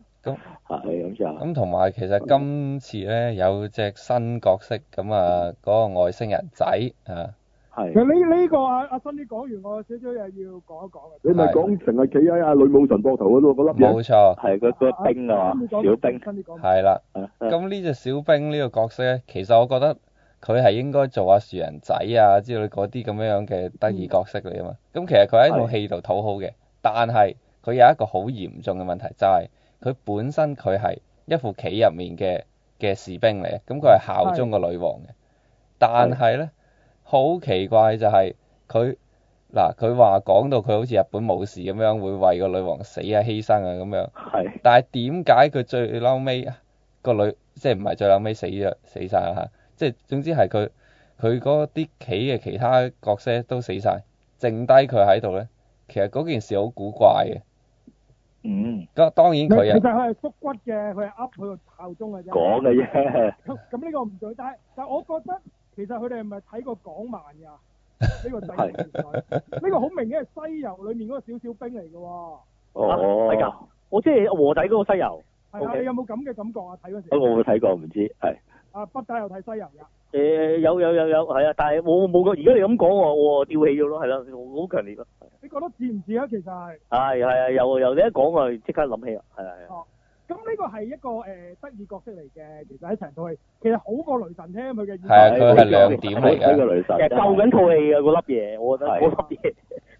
Speaker 2: 係嗯咁就
Speaker 3: 咁同埋其實今次咧有隻新角色咁啊，嗰、個外星人仔啊，
Speaker 5: 其實
Speaker 2: 係
Speaker 5: 呢呢個阿阿新啲講完，我有少少嘢要講一講嘅。
Speaker 1: 你咪講成日企喺阿女武神膊頭嗰度嗰粒嘢，
Speaker 3: 冇錯，
Speaker 2: 係嗰個
Speaker 5: À,
Speaker 2: 兵啊嘛，小啊兵
Speaker 5: 新啲講
Speaker 3: 係啦。
Speaker 2: 係
Speaker 3: 咁呢隻小兵呢個角色咧，其實我覺得佢係應該做下樹人仔啊之類嗰啲咁樣樣嘅得
Speaker 1: 嗯
Speaker 3: 意角色嚟啊嘛。咁其實佢喺套戲度討好嘅，但係佢有一個好嚴重嘅問題，就係、佢本身佢係一副棋入面嘅嘅士兵嚟嘅，咁佢係效忠個女王嘅。但係咧，好奇怪就係佢嗱，佢話講到佢好似日本武士咁樣，會為個女王死啊、犧牲啊咁樣。
Speaker 2: 係
Speaker 3: 但係點解佢最嬲尾啊個女即係唔係最嬲尾死咗死晒啦嚇？即係總之係佢佢嗰啲企嘅其他角色都死晒，剩低佢喺度咧，其實嗰件事好古怪嘅。
Speaker 2: 嗯，
Speaker 3: 咁當然佢
Speaker 5: 其實
Speaker 3: 啊，
Speaker 5: 佢係縮骨嘅，佢係噏佢個效忠嘅啫。
Speaker 2: 講嘅啫，
Speaker 5: 咁咁呢個唔對，但係但係我覺得其實佢哋係咪睇過港漫㗎？呢個第二年代，呢個好明顯係《西遊》裏面嗰個小小兵嚟嘅喎。
Speaker 1: 啊
Speaker 2: 哦，
Speaker 4: 係㗎，我即係和仔嗰個西遊，
Speaker 5: 係啊，
Speaker 4: OK
Speaker 5: 你有冇咁嘅感覺啊？睇嗰
Speaker 2: 不過
Speaker 5: 時，
Speaker 2: 我冇睇過，唔知係
Speaker 5: 啊北大又睇《西遊》㗎。
Speaker 4: 誒呃有有有有係啊，但係我冇個，而家你咁講我我吊起咗咯，係啦，我好強烈咯，
Speaker 5: 你覺得似唔似啊？其實係，
Speaker 4: 係係啊，有有你一講我即刻諗起啊，係啊係啊，
Speaker 5: 咁呢個係一個誒得意角色嚟嘅，其實喺成套戲，其實好過雷神添佢嘅演技。
Speaker 3: 係啊佢係兩點嚟㗎
Speaker 2: 睇個女神
Speaker 4: 其實
Speaker 2: 真係，
Speaker 4: 救緊套戲嘅嗰粒嘢，我覺得
Speaker 2: 係
Speaker 4: 嗰粒嘢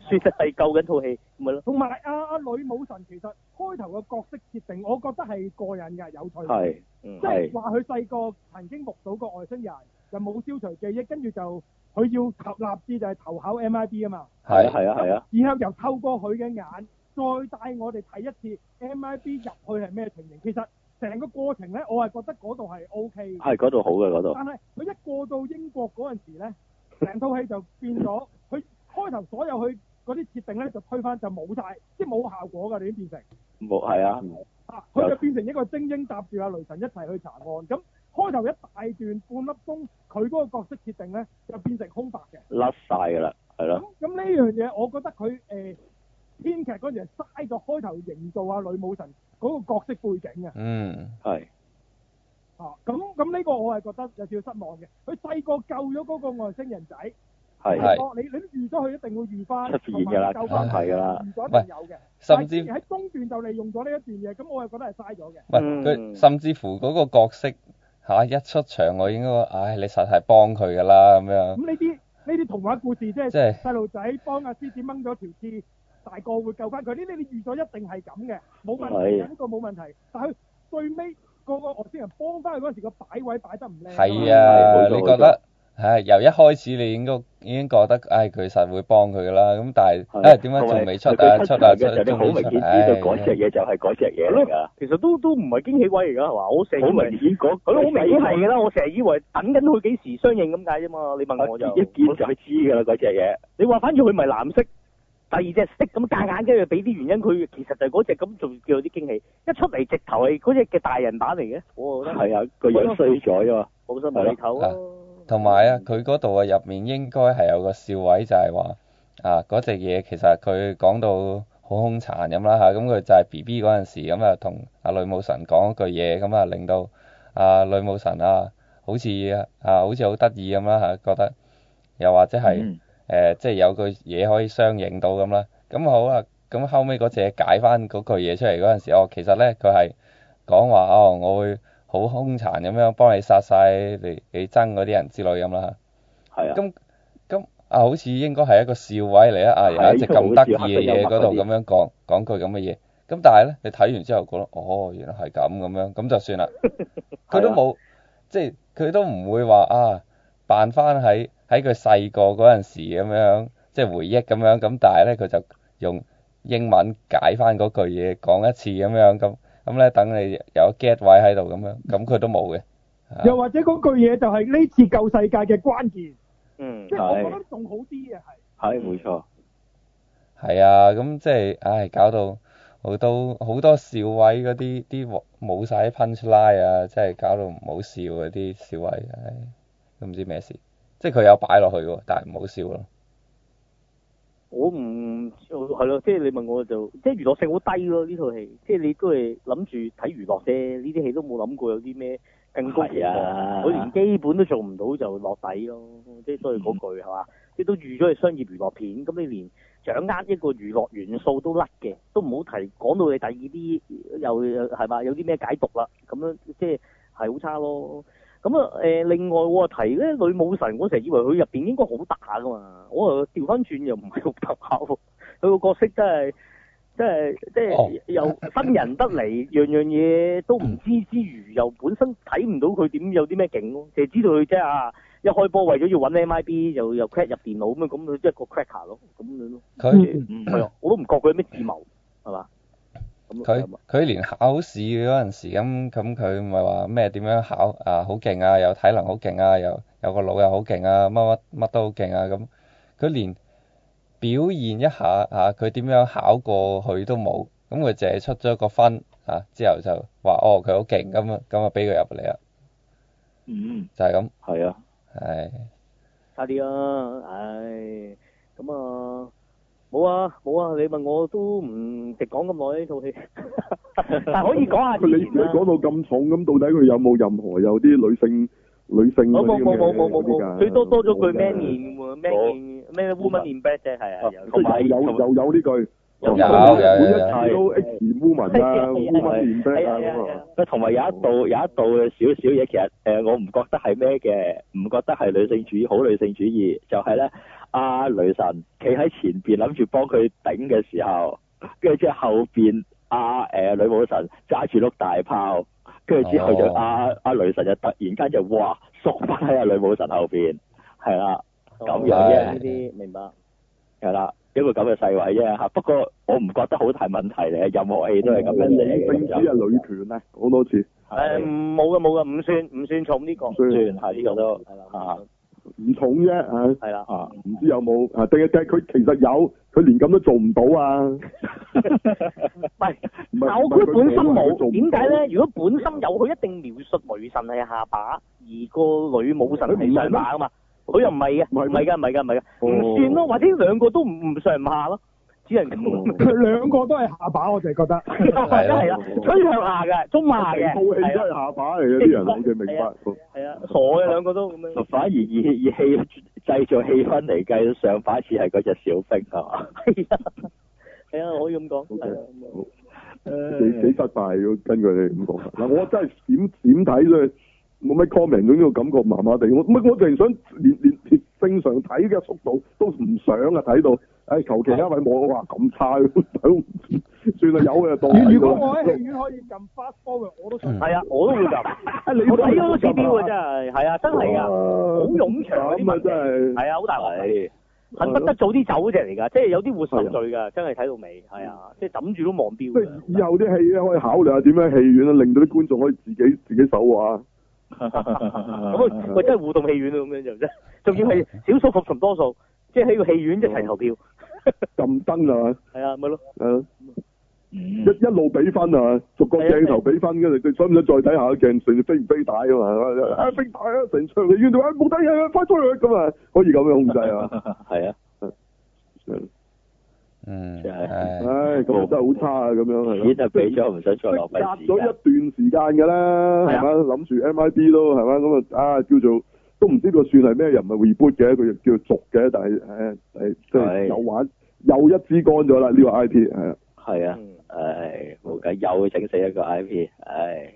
Speaker 4: 算係救緊套戲，咪咯，
Speaker 5: 同埋阿阿女武神其實開頭嘅角色設定，我覺得係過癮嘅，有趣嘅。
Speaker 2: 係係
Speaker 5: 即係話佢細個曾經目睹過外星人，又冇消除記憶，跟住就佢要投立志就係投考 MIB 啊嘛，
Speaker 2: 係啊
Speaker 3: 係
Speaker 2: 係啊係啊，
Speaker 5: 然後又透過佢嘅眼再帶我哋睇一次 MIB 入去係咩情形。其實成個過程咧，我係覺得嗰度係 O K 嘅，
Speaker 2: 係嗰度好嘅嗰度，
Speaker 5: 但係佢一過到英國嗰陣時咧，成套戲就變咗，佢開頭所有佢嗰啲設定咧就推翻就冇晒，即係冇效果㗎，你已經變成。
Speaker 2: 冇係啊，
Speaker 5: 啊！佢就變成一個精英搭住阿雷神一齊去查案。咁開頭一大段半粒鐘，佢嗰個角色設定咧就變成空白嘅。
Speaker 2: 甩晒㗎啦，係
Speaker 5: 咁
Speaker 2: 咯，
Speaker 5: 咁呢樣嘢，我覺得佢誒、呃、編劇嗰陣時係嘥咗開頭營造阿女武神嗰個角色背景嘅。
Speaker 3: 嗯
Speaker 2: 係
Speaker 5: 啊，咁咁呢個我係覺得有少少失望嘅。佢細個救咗嗰個外星人仔，
Speaker 2: 係
Speaker 3: 係
Speaker 5: 細個你你都預咗佢一定會遇翻，
Speaker 2: 出現㗎啦，
Speaker 5: 同
Speaker 2: 肯
Speaker 5: 埋救
Speaker 2: 定
Speaker 5: 翻
Speaker 2: 係㗎啦，
Speaker 5: 預咗一定有嘅。
Speaker 3: 甚至
Speaker 5: 但係喺中段就利用咗呢一段嘢，咁我係覺得係嘥咗嘅。
Speaker 3: 唔係
Speaker 4: 嗯
Speaker 3: 佢，甚至乎嗰個角色嚇、一出場，我應該話唉，你實係幫佢㗎啦咁樣，
Speaker 5: 咁呢啲呢啲童話故事即係
Speaker 3: 即。係
Speaker 5: 細路仔幫阿獅子掹咗條刺，大個會救翻佢。呢啲你預咗一定係咁嘅，冇問題
Speaker 2: 係
Speaker 5: 嘅，呢個冇問題。但係佢最尾個個外星人幫翻佢嗰陣時，個擺位擺得唔靚。
Speaker 3: 係
Speaker 2: 嗯係
Speaker 3: 啊，
Speaker 2: 冇錯
Speaker 3: 你覺得唉由一開始你應該已經覺得唉佢實會幫佢㗎啦，咁但係唉點解仲未出啊出啊出
Speaker 2: 就你
Speaker 3: 仲
Speaker 2: 好
Speaker 3: 未
Speaker 2: 明顯
Speaker 3: 出
Speaker 2: 知
Speaker 3: 唉
Speaker 2: 道嗰隻嘢就係嗰隻嘢嚟㗎，
Speaker 4: 其實都都唔係驚喜位嚟㗎係嘛，我成日以
Speaker 2: 好
Speaker 4: 為
Speaker 2: 明顯嗰，
Speaker 4: 係咯，好明顯係㗎啦，我成日以為等緊佢幾時相應咁解啫嘛，你問我
Speaker 2: 我
Speaker 4: 就。
Speaker 2: 一見就知㗎啦嗰隻嘢，
Speaker 4: 你話反而佢咪藍色，第二隻色咁夾硬，跟住俾啲原因佢，其實就係嗰只咁仲叫有啲驚喜。一出嚟直頭係嗰只嘅大人版嚟嘅，我覺得
Speaker 2: 係啊個樣衰咗啊嘛，
Speaker 4: 冇心無厘頭
Speaker 3: 係
Speaker 4: 咯。
Speaker 3: 同埋啊，佢嗰度啊入面應該係有個笑位，就係話啊嗰隻嘢其實佢講到好兇殘咁啦嚇，咁佢就係 B B 嗰陣時咁啊，同阿女武神講一句嘢，咁啊令到啊女武神啊好似啊好似好得意咁啦嚇，覺得又或者係誒、
Speaker 2: 嗯
Speaker 3: 呃即係有句嘢可以相應到咁啦。咁好啦，咁後尾嗰隻解翻嗰句嘢出嚟嗰陣時，哦其實咧佢係講話哦我會。好兇殘咁樣幫你殺晒你你憎嗰啲人之類咁啦。
Speaker 2: 係啊。
Speaker 3: 咁咁啊，好似應該係一個笑位嚟啊！啊，
Speaker 2: 係
Speaker 3: 有一隻咁得意嘅嘢嗰度咁樣講講句咁嘅嘢。咁但係咧，你睇完之後覺得，哦，原來係咁咁樣，咁就算啦。佢都冇，即係佢都唔會話啊，扮翻喺喺佢細個嗰陣時咁樣，即係回憶咁樣。咁但係咧，佢就用英文解翻嗰句嘢講一次咁樣，咁咁咧等你有 get 位喺度咁樣，咁佢都冇嘅。啊
Speaker 5: 又或者嗰句嘢就係呢次救世界嘅關鍵，
Speaker 4: 嗯
Speaker 5: 即，係我覺得仲好啲嘅係。
Speaker 2: 係冇錯，
Speaker 3: 係啊，咁即係，唉，搞到好多好多笑位嗰啲啲冇晒啲 punch line 啊，即係搞到唔好笑嗰啲笑位，唉，都唔知咩事。即係佢有擺落去喎，但係唔好笑咯。
Speaker 4: 我唔係咯，即係你問我就即係娛樂性好低咯呢套戲，即係你都係諗住睇娛樂啫，呢啲戲都冇諗過有啲咩更高期
Speaker 2: 係啊
Speaker 4: 望，佢連基本都做唔到就落底咯，即係都係嗰句係嘛，即係都預咗係商業娛樂片，咁你連掌握一個娛樂元素都甩嘅，都唔好提講到你第二啲又又係嘛，有啲咩解讀啦，咁樣即係係好差咯。咁啊，誒、另外我啊提咧，女武神，我成日以為佢入邊應該好打噶嘛，我啊調翻轉又唔係好打喎， 佢個角色真係真係即
Speaker 3: 哦
Speaker 4: 係又新人得嚟，樣樣嘢都唔知之餘，又本身睇唔到佢點有啲咩勁咯，就係知道佢即係啊一開波為咗要揾 MIB 就又 crack 入電腦咁樣，咁佢即係個 cracker 咯，咁樣咯，
Speaker 3: 佢
Speaker 4: 嗯係啊，我都唔覺佢有咩智謀係嘛，咁啊
Speaker 3: 佢佢連考試嗰陣時咁咁，佢咪話咩點樣考啊？好勁啊，又體能好勁啊，又有個腦又好勁啊，乜乜乜都好勁啊咁。佢連表現一下嚇佢點樣考過去都冇，咁佢淨係出咗個分嚇、啊之後就話哦佢好勁咁啊，咁啊俾佢入嚟啦，
Speaker 2: 嗯，
Speaker 3: 就係、咁，
Speaker 2: 係啊，
Speaker 3: 係
Speaker 4: 差啲啦，唉，咁啊，冇啊冇啊，你問我都唔值講咁耐呢套戲，但可以講下
Speaker 1: 佢
Speaker 4: 之
Speaker 1: 你
Speaker 4: 前
Speaker 1: 你
Speaker 4: 啦
Speaker 1: 講。到咁重，咁到底佢有冇任何有啲女性女性
Speaker 4: 我
Speaker 1: 嗰
Speaker 4: 冇
Speaker 1: 啲
Speaker 4: 冇
Speaker 1: 咁
Speaker 4: 冇
Speaker 1: 嘅
Speaker 4: 冇冇
Speaker 1: 嗰啲㗎
Speaker 4: 冇，最多多咗句
Speaker 1: 冇㗎
Speaker 4: man in man in 咩 woman in bed 啫，係啊，有
Speaker 1: 即係有有有有呢句。
Speaker 2: 有
Speaker 1: 哦
Speaker 3: 有
Speaker 1: 每一
Speaker 3: 有
Speaker 1: 次都 X 烏文啊，烏文連
Speaker 4: 係
Speaker 1: 飛
Speaker 4: 啊
Speaker 1: 啊
Speaker 4: 係啊係
Speaker 1: 咁
Speaker 4: 啊
Speaker 1: 啊，
Speaker 2: 喂，同埋有一度有一度少少嘢，其實誒、呃我唔覺得係咩嘅，唔覺得係女性主義，好女性主義就係、咧，阿、雷神企喺前邊諗住幫佢頂嘅時候，跟住之後後邊阿誒女武神揸住碌大炮，跟住之後就
Speaker 3: 哦
Speaker 2: 阿阿、雷神就突然間就哇縮翻喺阿女武神後邊，係啦。咁樣
Speaker 3: 啫
Speaker 4: 呢啲明白。
Speaker 2: 係啦，一個咁嘅細位啫嚇。不過我唔覺得好大問題嚟，任何戲都係咁樣寫嘅。
Speaker 1: 政
Speaker 2: 咁
Speaker 1: 治
Speaker 2: 就
Speaker 1: 哦係女權啊，好多次
Speaker 4: 誒
Speaker 2: 係
Speaker 4: 冇嘅冇嘅，唔算唔算重呢個。
Speaker 1: 唔算
Speaker 2: 算係呢個都
Speaker 4: 係啦
Speaker 2: 啊，
Speaker 1: 唔重啫啊，
Speaker 4: 係啦。
Speaker 2: 啊，
Speaker 1: 唔知有冇啊？定係定係佢其實有，佢連咁都做唔到啊！
Speaker 4: 唔係，
Speaker 1: 唔係
Speaker 4: 但我覺得本身
Speaker 1: 唔係佢做唔
Speaker 4: 冇。點
Speaker 1: 到
Speaker 4: 解咧？如果本身有，佢一定描述女神係下巴，而個女武神係上巴啊嘛。佢又唔係嘅，
Speaker 1: 唔係咩
Speaker 4: 唔係㗎，唔係㗎，唔係㗎，
Speaker 1: 哦
Speaker 4: 唔算咯。或者兩個都唔唔上唔下咯，只能 咁。
Speaker 1: 哦
Speaker 5: 兩個都係下巴，我就係覺得。
Speaker 4: 係啊啦係啦，吹向下嘅，中下嘅，
Speaker 1: 成套哦戲
Speaker 4: 啊係
Speaker 1: 都
Speaker 4: 啦
Speaker 1: 係下巴嚟嘅，啲人我 嘅明
Speaker 4: 係啊
Speaker 1: 白。哦
Speaker 4: 係啊，傻嘅兩個都咁樣。
Speaker 2: 反而以以氣製造氣氛嚟計，上把次係嗰只小兵係嘛？
Speaker 4: 係啊，係啊，可以咁講。係啊咁啊
Speaker 1: 幾幾失敗要跟佢哋咁講法。嗱，我真係閃閃睇啫，冇乜 comment，總之個感覺麻麻地。我乜我突然想連連連正常睇嘅速度都唔想啊，睇到。唉，求其一位網友話咁差， 算啦，有嘅當睇
Speaker 5: 如
Speaker 1: 到啦。
Speaker 5: 果我喺戲院可以撳 fast forward，我都想睇。
Speaker 4: 係啊，我都會 咁。
Speaker 1: 你
Speaker 4: 我睇咗好多 C D 喎，真係，係啊，真係㗎。好
Speaker 1: 好
Speaker 4: 冗長嗰啲
Speaker 1: 咁啊
Speaker 4: 文
Speaker 1: 真哦係。啊
Speaker 4: 係啊，好大鑊，
Speaker 2: 係
Speaker 4: 恨不得早啲走啫嚟㗎，即係有啲活受罪㗎，真係睇到尾，係啊，即係枕住都望表
Speaker 1: 嗯即係以後啲戲咧，可以考慮下點樣戲院啊，令到啲觀眾可以自己自己手畫。啊
Speaker 4: 咁啊，喂，真係互動戲院啊，咁樣 就真係，仲要係少數服從多數，即係喺個戲院一齊投票，
Speaker 1: 撳燈啊，
Speaker 4: 係啊，咪咯，
Speaker 1: 誒
Speaker 2: 嗯
Speaker 1: 一一路俾分啊，逐個鏡頭俾分，跟住你想唔想再睇下個鏡成飛唔飛帶啊嘛？啊飛帶啊，成場你院度啊冇睇啊，快出去咁啊，可以咁樣控制啊！
Speaker 2: 係啊，
Speaker 3: 嗯，
Speaker 2: 真係
Speaker 3: 唉
Speaker 1: 唉，咁啊真係好差啊，咁樣係咯
Speaker 2: 錢。就俾咗，唔想再浪費時
Speaker 1: 隔咗
Speaker 2: 間。
Speaker 1: 一段時間㗎啦，
Speaker 4: 係
Speaker 1: 係
Speaker 4: 啊
Speaker 1: 咪？諗住 MIB 都係咪？咁啊啊叫做都唔知個算係咩，又唔係 reboot 嘅，佢又叫做續嘅，但係誒誒即係
Speaker 2: 係
Speaker 1: 有玩又一支乾咗啦呢個 IP 係啊
Speaker 2: 係啊，
Speaker 4: 嗯
Speaker 2: 唉，冇計，又整死一個 I P，唉，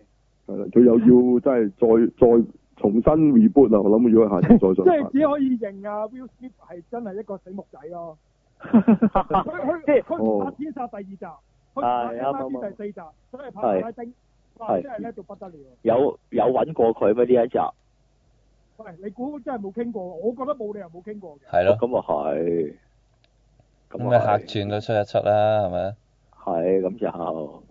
Speaker 1: 係啦，佢又要真係再再重新 reboot 啦，我諗如果下次再
Speaker 5: 即
Speaker 1: 上
Speaker 5: 係
Speaker 1: 拍。
Speaker 5: 只可以認啊，Will Smith 係真係一個死木仔咯。佢佢
Speaker 4: 即係
Speaker 5: 佢拍天煞第二集，佢拍
Speaker 4: 係啱啱
Speaker 5: MIB 第四集，所以拍馬拉丁，哇！
Speaker 2: 係
Speaker 5: 真係叻到不得了。
Speaker 2: 有有揾過佢咩呢一集？
Speaker 5: 喂，你估真係冇傾過？我覺得冇理由冇傾過嘅。
Speaker 3: 係咯，
Speaker 2: 咁啊係，
Speaker 3: 咁
Speaker 2: 咁
Speaker 3: 咪
Speaker 2: 啊
Speaker 3: 客
Speaker 2: 係，
Speaker 3: 串都出一出啦，係咪？
Speaker 2: 係咁就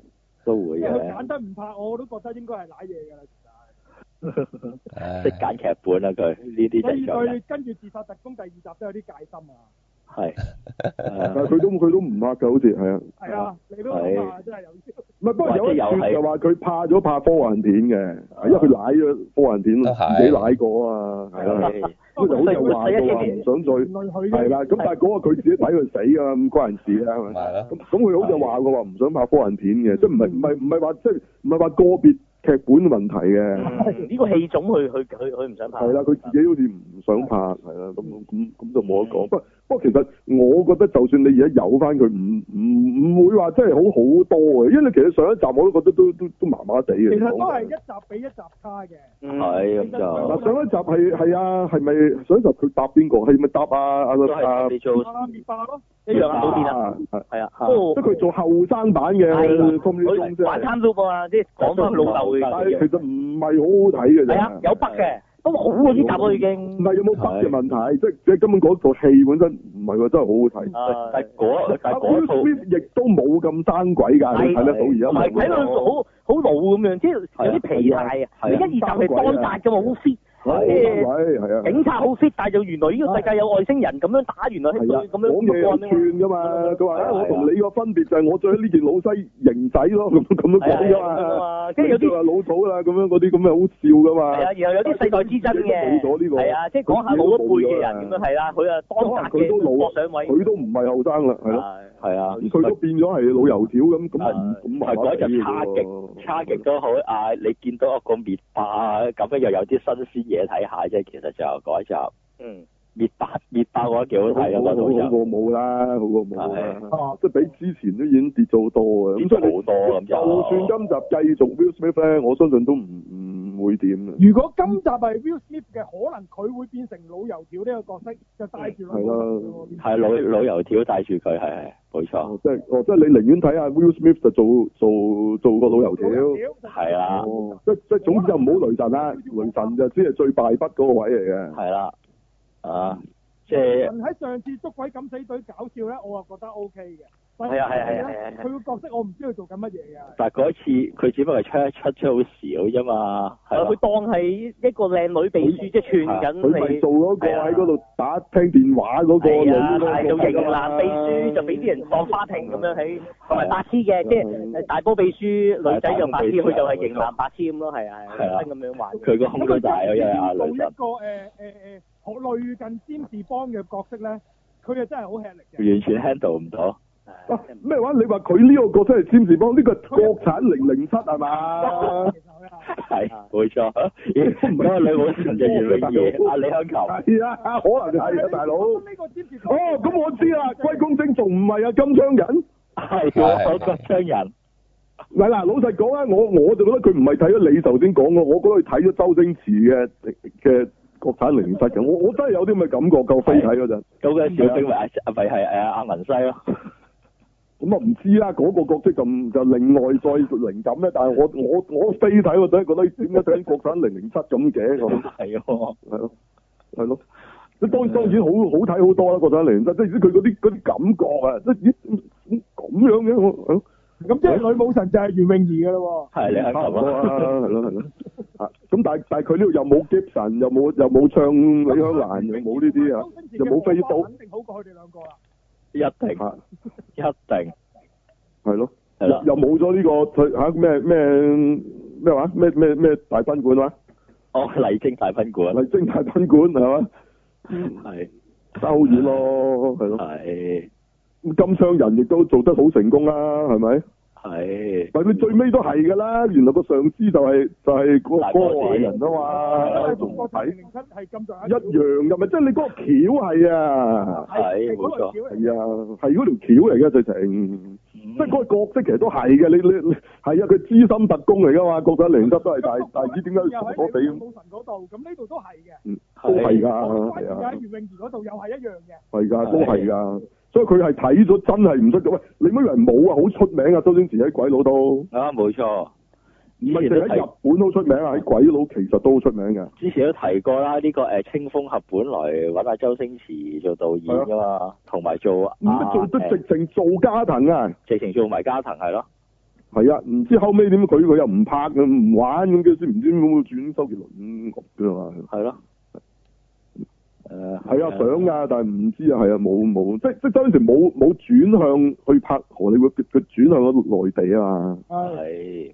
Speaker 2: 都會
Speaker 5: 即係佢揀
Speaker 2: 嘅，
Speaker 5: 得唔拍，我都覺得應該係賴嘢㗎啦。
Speaker 3: 唉
Speaker 2: 識揀劇本啦佢，呢
Speaker 5: 其
Speaker 2: 啲
Speaker 5: 實所
Speaker 2: 製
Speaker 5: 以
Speaker 2: 作人
Speaker 5: 對跟住自殺特工第二集都有啲戒心啊。
Speaker 2: 係，
Speaker 1: 但係
Speaker 2: 啊
Speaker 1: 佢都佢都唔拍㗎，好似係啊。
Speaker 5: 係啊，你都諗下，真係有啲。
Speaker 1: 唔係，不過有一
Speaker 2: 或者
Speaker 1: 段
Speaker 2: 又係
Speaker 1: 就話佢怕咗拍科幻片嘅，因為佢舐咗科幻片，
Speaker 3: 都係
Speaker 1: 自己舐過啊，係啦。
Speaker 2: 係
Speaker 1: 咁就好似話到話唔想再
Speaker 5: 原來佢
Speaker 1: 係啦，咁但係嗰個佢自己睇佢死啊，咁關人事啊，係咪？
Speaker 3: 咪係
Speaker 1: 咁
Speaker 3: 咯，
Speaker 1: 咁佢好似話過話唔想拍科幻片嘅，即係唔係唔係唔係話即係唔係話個別劇本問題
Speaker 4: 嗯
Speaker 1: 嘅，
Speaker 2: 嗯
Speaker 4: 呢個戲種佢佢佢佢唔想拍。
Speaker 1: 係啦，佢自己好似唔想拍，係啦，咁咁咁就冇得講。不不過其實我覺得就算你而家有翻佢，唔唔唔會話真係好好多嘅，因為其實上一集我都覺得都都都麻麻地嘅。
Speaker 5: 其實都
Speaker 1: 講
Speaker 5: 係
Speaker 1: 真
Speaker 5: 一集比一集差嘅。
Speaker 4: 嗯
Speaker 2: 係咁就
Speaker 1: 嗱，上一集係係啊，係咪上一集佢答邊個？係咪答啊啊
Speaker 2: 都係
Speaker 1: 啊？
Speaker 2: 你做
Speaker 5: 啊，滅霸咯，
Speaker 4: 一樣啊，冇變啦，
Speaker 1: 啊，係
Speaker 4: 係啊，
Speaker 2: 啊
Speaker 4: 不
Speaker 1: 即係
Speaker 4: 過
Speaker 1: 佢做後生版嘅
Speaker 4: 係啦
Speaker 1: Tom Lee Jones
Speaker 4: 佢
Speaker 1: 啫
Speaker 4: 玩貪到個啊，即係講翻老豆嘅
Speaker 1: 但係
Speaker 4: 嘢
Speaker 1: 其實唔係好好睇嘅啫。
Speaker 4: 係啊，有北嘅，不過好啊啲集都已
Speaker 1: 唔
Speaker 4: 經。
Speaker 1: 係有冇筆嘅問題，即係即係根本嗰套戲本身唔係話真係好好睇。
Speaker 4: 啊
Speaker 2: 但係嗰但係嗰
Speaker 1: Will
Speaker 2: 套
Speaker 1: Smith 亦都冇咁生鬼㗎，你睇得
Speaker 4: 唔
Speaker 1: 到而
Speaker 4: 係
Speaker 1: 家
Speaker 4: 睇到佢好好老咁樣，即係有啲疲態啊！
Speaker 2: 係啊啊
Speaker 4: 你一二集係當扎嘅嘛，好 fit，
Speaker 1: 係喂，哦係啊，
Speaker 4: 警察好 fit，但係就原來呢個世界有外星人咁樣打，原來
Speaker 1: 係啊
Speaker 4: 佢，咁
Speaker 1: 講嘢好
Speaker 4: 樣
Speaker 1: 串㗎嘛，佢話
Speaker 2: 係啊
Speaker 1: 啊，我同你個分別就係我着呢件老西型仔咯，咁咁樣講啊㗎嘛，
Speaker 4: 嘛，即
Speaker 1: 跟
Speaker 4: 啊係
Speaker 1: 住
Speaker 4: 有啲
Speaker 1: 話老土啦，咁樣嗰啲咁嘅好笑
Speaker 4: 係
Speaker 1: 㗎嘛，
Speaker 4: 啊，然後有啲世代之爭
Speaker 1: 冇
Speaker 4: 嘅，
Speaker 1: 咗呢個
Speaker 4: 係啊，即係講下老一輩嘅人咁樣係啦，佢啊當
Speaker 1: 可
Speaker 4: 隔
Speaker 1: 能佢
Speaker 4: 嘅
Speaker 1: 都老
Speaker 4: 搏上位，
Speaker 1: 佢都唔係後生啦，係咯，
Speaker 4: 係
Speaker 2: 係啊，
Speaker 1: 佢都變咗係老油條咁，咁
Speaker 2: 啊
Speaker 1: 咁麻麻
Speaker 2: 嗰
Speaker 1: 地喎
Speaker 2: 陣差極差極都好啊！你見到一個滅霸啊咁樣又有啲新鮮嘢睇下啫，其實就嗰一集
Speaker 4: 嗯，
Speaker 2: 滅霸滅霸我覺得幾好睇啊！嗰
Speaker 1: 好
Speaker 2: 套
Speaker 1: 好
Speaker 2: 就
Speaker 1: 過冇啦，好過冇啦
Speaker 5: 係，
Speaker 1: 即係比之前都已經跌咗好多嘅，
Speaker 2: 跌
Speaker 1: 啊咁所
Speaker 2: 咗
Speaker 1: 以你
Speaker 2: 好多咁
Speaker 1: 就算
Speaker 2: 就。
Speaker 1: 今集繼續 Will Smith 咧，我相信都唔唔會點嘅。
Speaker 5: 如果今集係 Will Smith 嘅，可能佢會變成老油條呢個角色，就帶住老油條
Speaker 2: 係老老油條帶住佢，係係冇錯，
Speaker 1: 哦，即係哦，即係你寧願睇下 Will Smith 就做做做個老油條
Speaker 5: 老，油條
Speaker 2: 係啊啦，
Speaker 1: 哦，即即係總之就唔好雷神啦，雷神就只係最敗筆嗰個位嚟嘅。
Speaker 2: 係啦，啊，即係
Speaker 5: 人喺上次捉鬼敢死隊搞笑咧，我啊覺得 O K 嘅。但
Speaker 4: 係啊係啊係啊係啊係啊
Speaker 5: 佢個角色我唔知佢做緊乜嘢嘅。
Speaker 2: 但係嗰一次佢只不過係出一出出好少啫嘛，係
Speaker 4: 佢
Speaker 1: 啊
Speaker 2: 啦，
Speaker 4: 當係一個靚女秘書，即係串緊
Speaker 1: 佢咪
Speaker 4: 你
Speaker 1: 做。嗰個
Speaker 4: 係啊
Speaker 1: 喺嗰度打聽電話嗰個女
Speaker 4: 係啊，
Speaker 1: 嗰個
Speaker 4: 係做型男秘書，就俾啲人當花瓶咁樣喺，
Speaker 1: 啊
Speaker 4: 同埋白痴嘅，
Speaker 1: 嗯
Speaker 4: 即係呃大波秘書女仔
Speaker 1: 啊
Speaker 4: 就白痴，佢就係型男白痴咁咯，係啊，係咁樣玩。
Speaker 2: 佢個胸都大咗，因為阿
Speaker 5: 做
Speaker 2: 女
Speaker 5: 一
Speaker 2: 神
Speaker 5: 個誒誒誒學類近占士邦嘅角色咧，佢就真係好吃力嘅。
Speaker 2: 完全 handle 唔到，
Speaker 4: 啊
Speaker 1: 哇啊咩話？你話佢呢個角色係詹士邦？呢個係國產零零七係 嘛？
Speaker 5: 其實佢係
Speaker 2: 係
Speaker 1: 啊
Speaker 2: 冇錯， 嗰個女武神就袁詠 儀，阿李香琴，
Speaker 1: 係啊，可能係啊，大佬。哦，
Speaker 5: 呢個占士邦
Speaker 1: 咁我知啦，龜公精仲唔係啊金槍人？
Speaker 2: 係喎，個商人，
Speaker 1: 嗱嗱，老實講啊，我我就覺得佢唔係睇咗你頭先講嘅，我覺得佢睇咗周星馳嘅嘅國產零零七嘅，我我真係有啲咁嘅感覺，夠飛睇嗰陣。
Speaker 2: 咁嘅小兵咪阿咪係誒阿文西咯，
Speaker 1: 咁啊唔知啦，嗰、個角色就就另外再靈感咧。但係我我我飛睇嗰陣覺得點解睇國產零零七咁嘅咁
Speaker 2: 係喎，
Speaker 1: 係咯係咯。即當當然好好睇好多啦，國產零零七，即係佢嗰啲嗰啲感覺啊，即係咦咁樣嘅我嗯係咯
Speaker 5: 咁即係女武神就係袁詠儀嘅咯
Speaker 2: 係李香
Speaker 1: 差唔
Speaker 2: 琴
Speaker 1: 多啦，
Speaker 2: 啊，
Speaker 1: 係咯係咯。啊咁但係但係佢呢度又冇 Gibson，又冇又冇唱李
Speaker 5: 喎。
Speaker 1: 香蘭，又冇呢啲啊，又冇飛刀
Speaker 5: 肯定好過佢哋兩個啦。
Speaker 2: 一定
Speaker 1: 啊
Speaker 2: 一定
Speaker 1: 係咯，
Speaker 2: 係 啦，
Speaker 1: 又冇咗呢個佢嚇咩咩咩話咩咩咩大賓館話。
Speaker 2: 哦麗晶大賓館，
Speaker 1: 麗晶大賓館係嘛，嗯
Speaker 2: 係
Speaker 1: 爭好遠咯，係
Speaker 2: 啊
Speaker 1: 咯。
Speaker 2: 係
Speaker 1: 咁金槍人亦都做得好成功啦，係咪？
Speaker 2: 係。
Speaker 1: 咪你最尾都係㗎啦，原來個上司就係、就係、嗰
Speaker 2: 大
Speaker 1: 個
Speaker 2: 哥
Speaker 1: 嗰個人啊
Speaker 5: 因
Speaker 1: 嘛
Speaker 5: 為，同國產零零七係咁上下
Speaker 1: 一樣㗎咪即係你嗰個橋係啊，
Speaker 2: 係冇錯
Speaker 1: 係啊，係嗰條橋嚟嘅直
Speaker 2: 嗯
Speaker 1: 情，即係嗰個角色其實都係嘅，你你你係啊，佢資深特工嚟㗎嘛，國仔零執
Speaker 5: 啊
Speaker 1: 都係，但係但係唔知點解佢傻傻地
Speaker 5: 又喺
Speaker 1: 咁，
Speaker 5: 武神嗰度，咁呢度都係嘅。
Speaker 1: 都係㗎，
Speaker 5: 關
Speaker 1: 啊係
Speaker 5: 鍵
Speaker 1: 啊
Speaker 5: 喺。袁詠儀嗰度又係一樣嘅。
Speaker 1: 係㗎，
Speaker 2: 係
Speaker 1: 都係㗎，所以佢係睇咗真係唔出嘅。喂，你乜以為冇啊？好出名啊！周星馳喺鬼佬都，
Speaker 2: 啊，冇錯。
Speaker 1: 唔
Speaker 2: 以
Speaker 1: 係
Speaker 2: 前
Speaker 1: 淨
Speaker 2: 都
Speaker 1: 喺
Speaker 2: 提
Speaker 1: 日，本好出名啊，喺鬼佬其實都好出名㗎。
Speaker 2: 之前都提過啦。呢、個誒清風俠本來揾阿周星馳做導演噶嘛，同埋做
Speaker 1: 唔
Speaker 2: 啊
Speaker 1: 做得
Speaker 2: 誒
Speaker 1: 直情做加藤啊！
Speaker 2: 直情做埋加藤係咯，
Speaker 1: 係啊，唔知後尾點佢佢又唔拍嘅，唔玩咁嘅先，唔知點會轉周杰倫咁啊㗎嘛。
Speaker 2: 係咯。誒
Speaker 1: 係啊，想㗎，但係唔知啊，係啊，冇冇，即即周星馳冇冇轉向去拍荷里活，佢佢轉向咗內地啊嘛。
Speaker 5: 係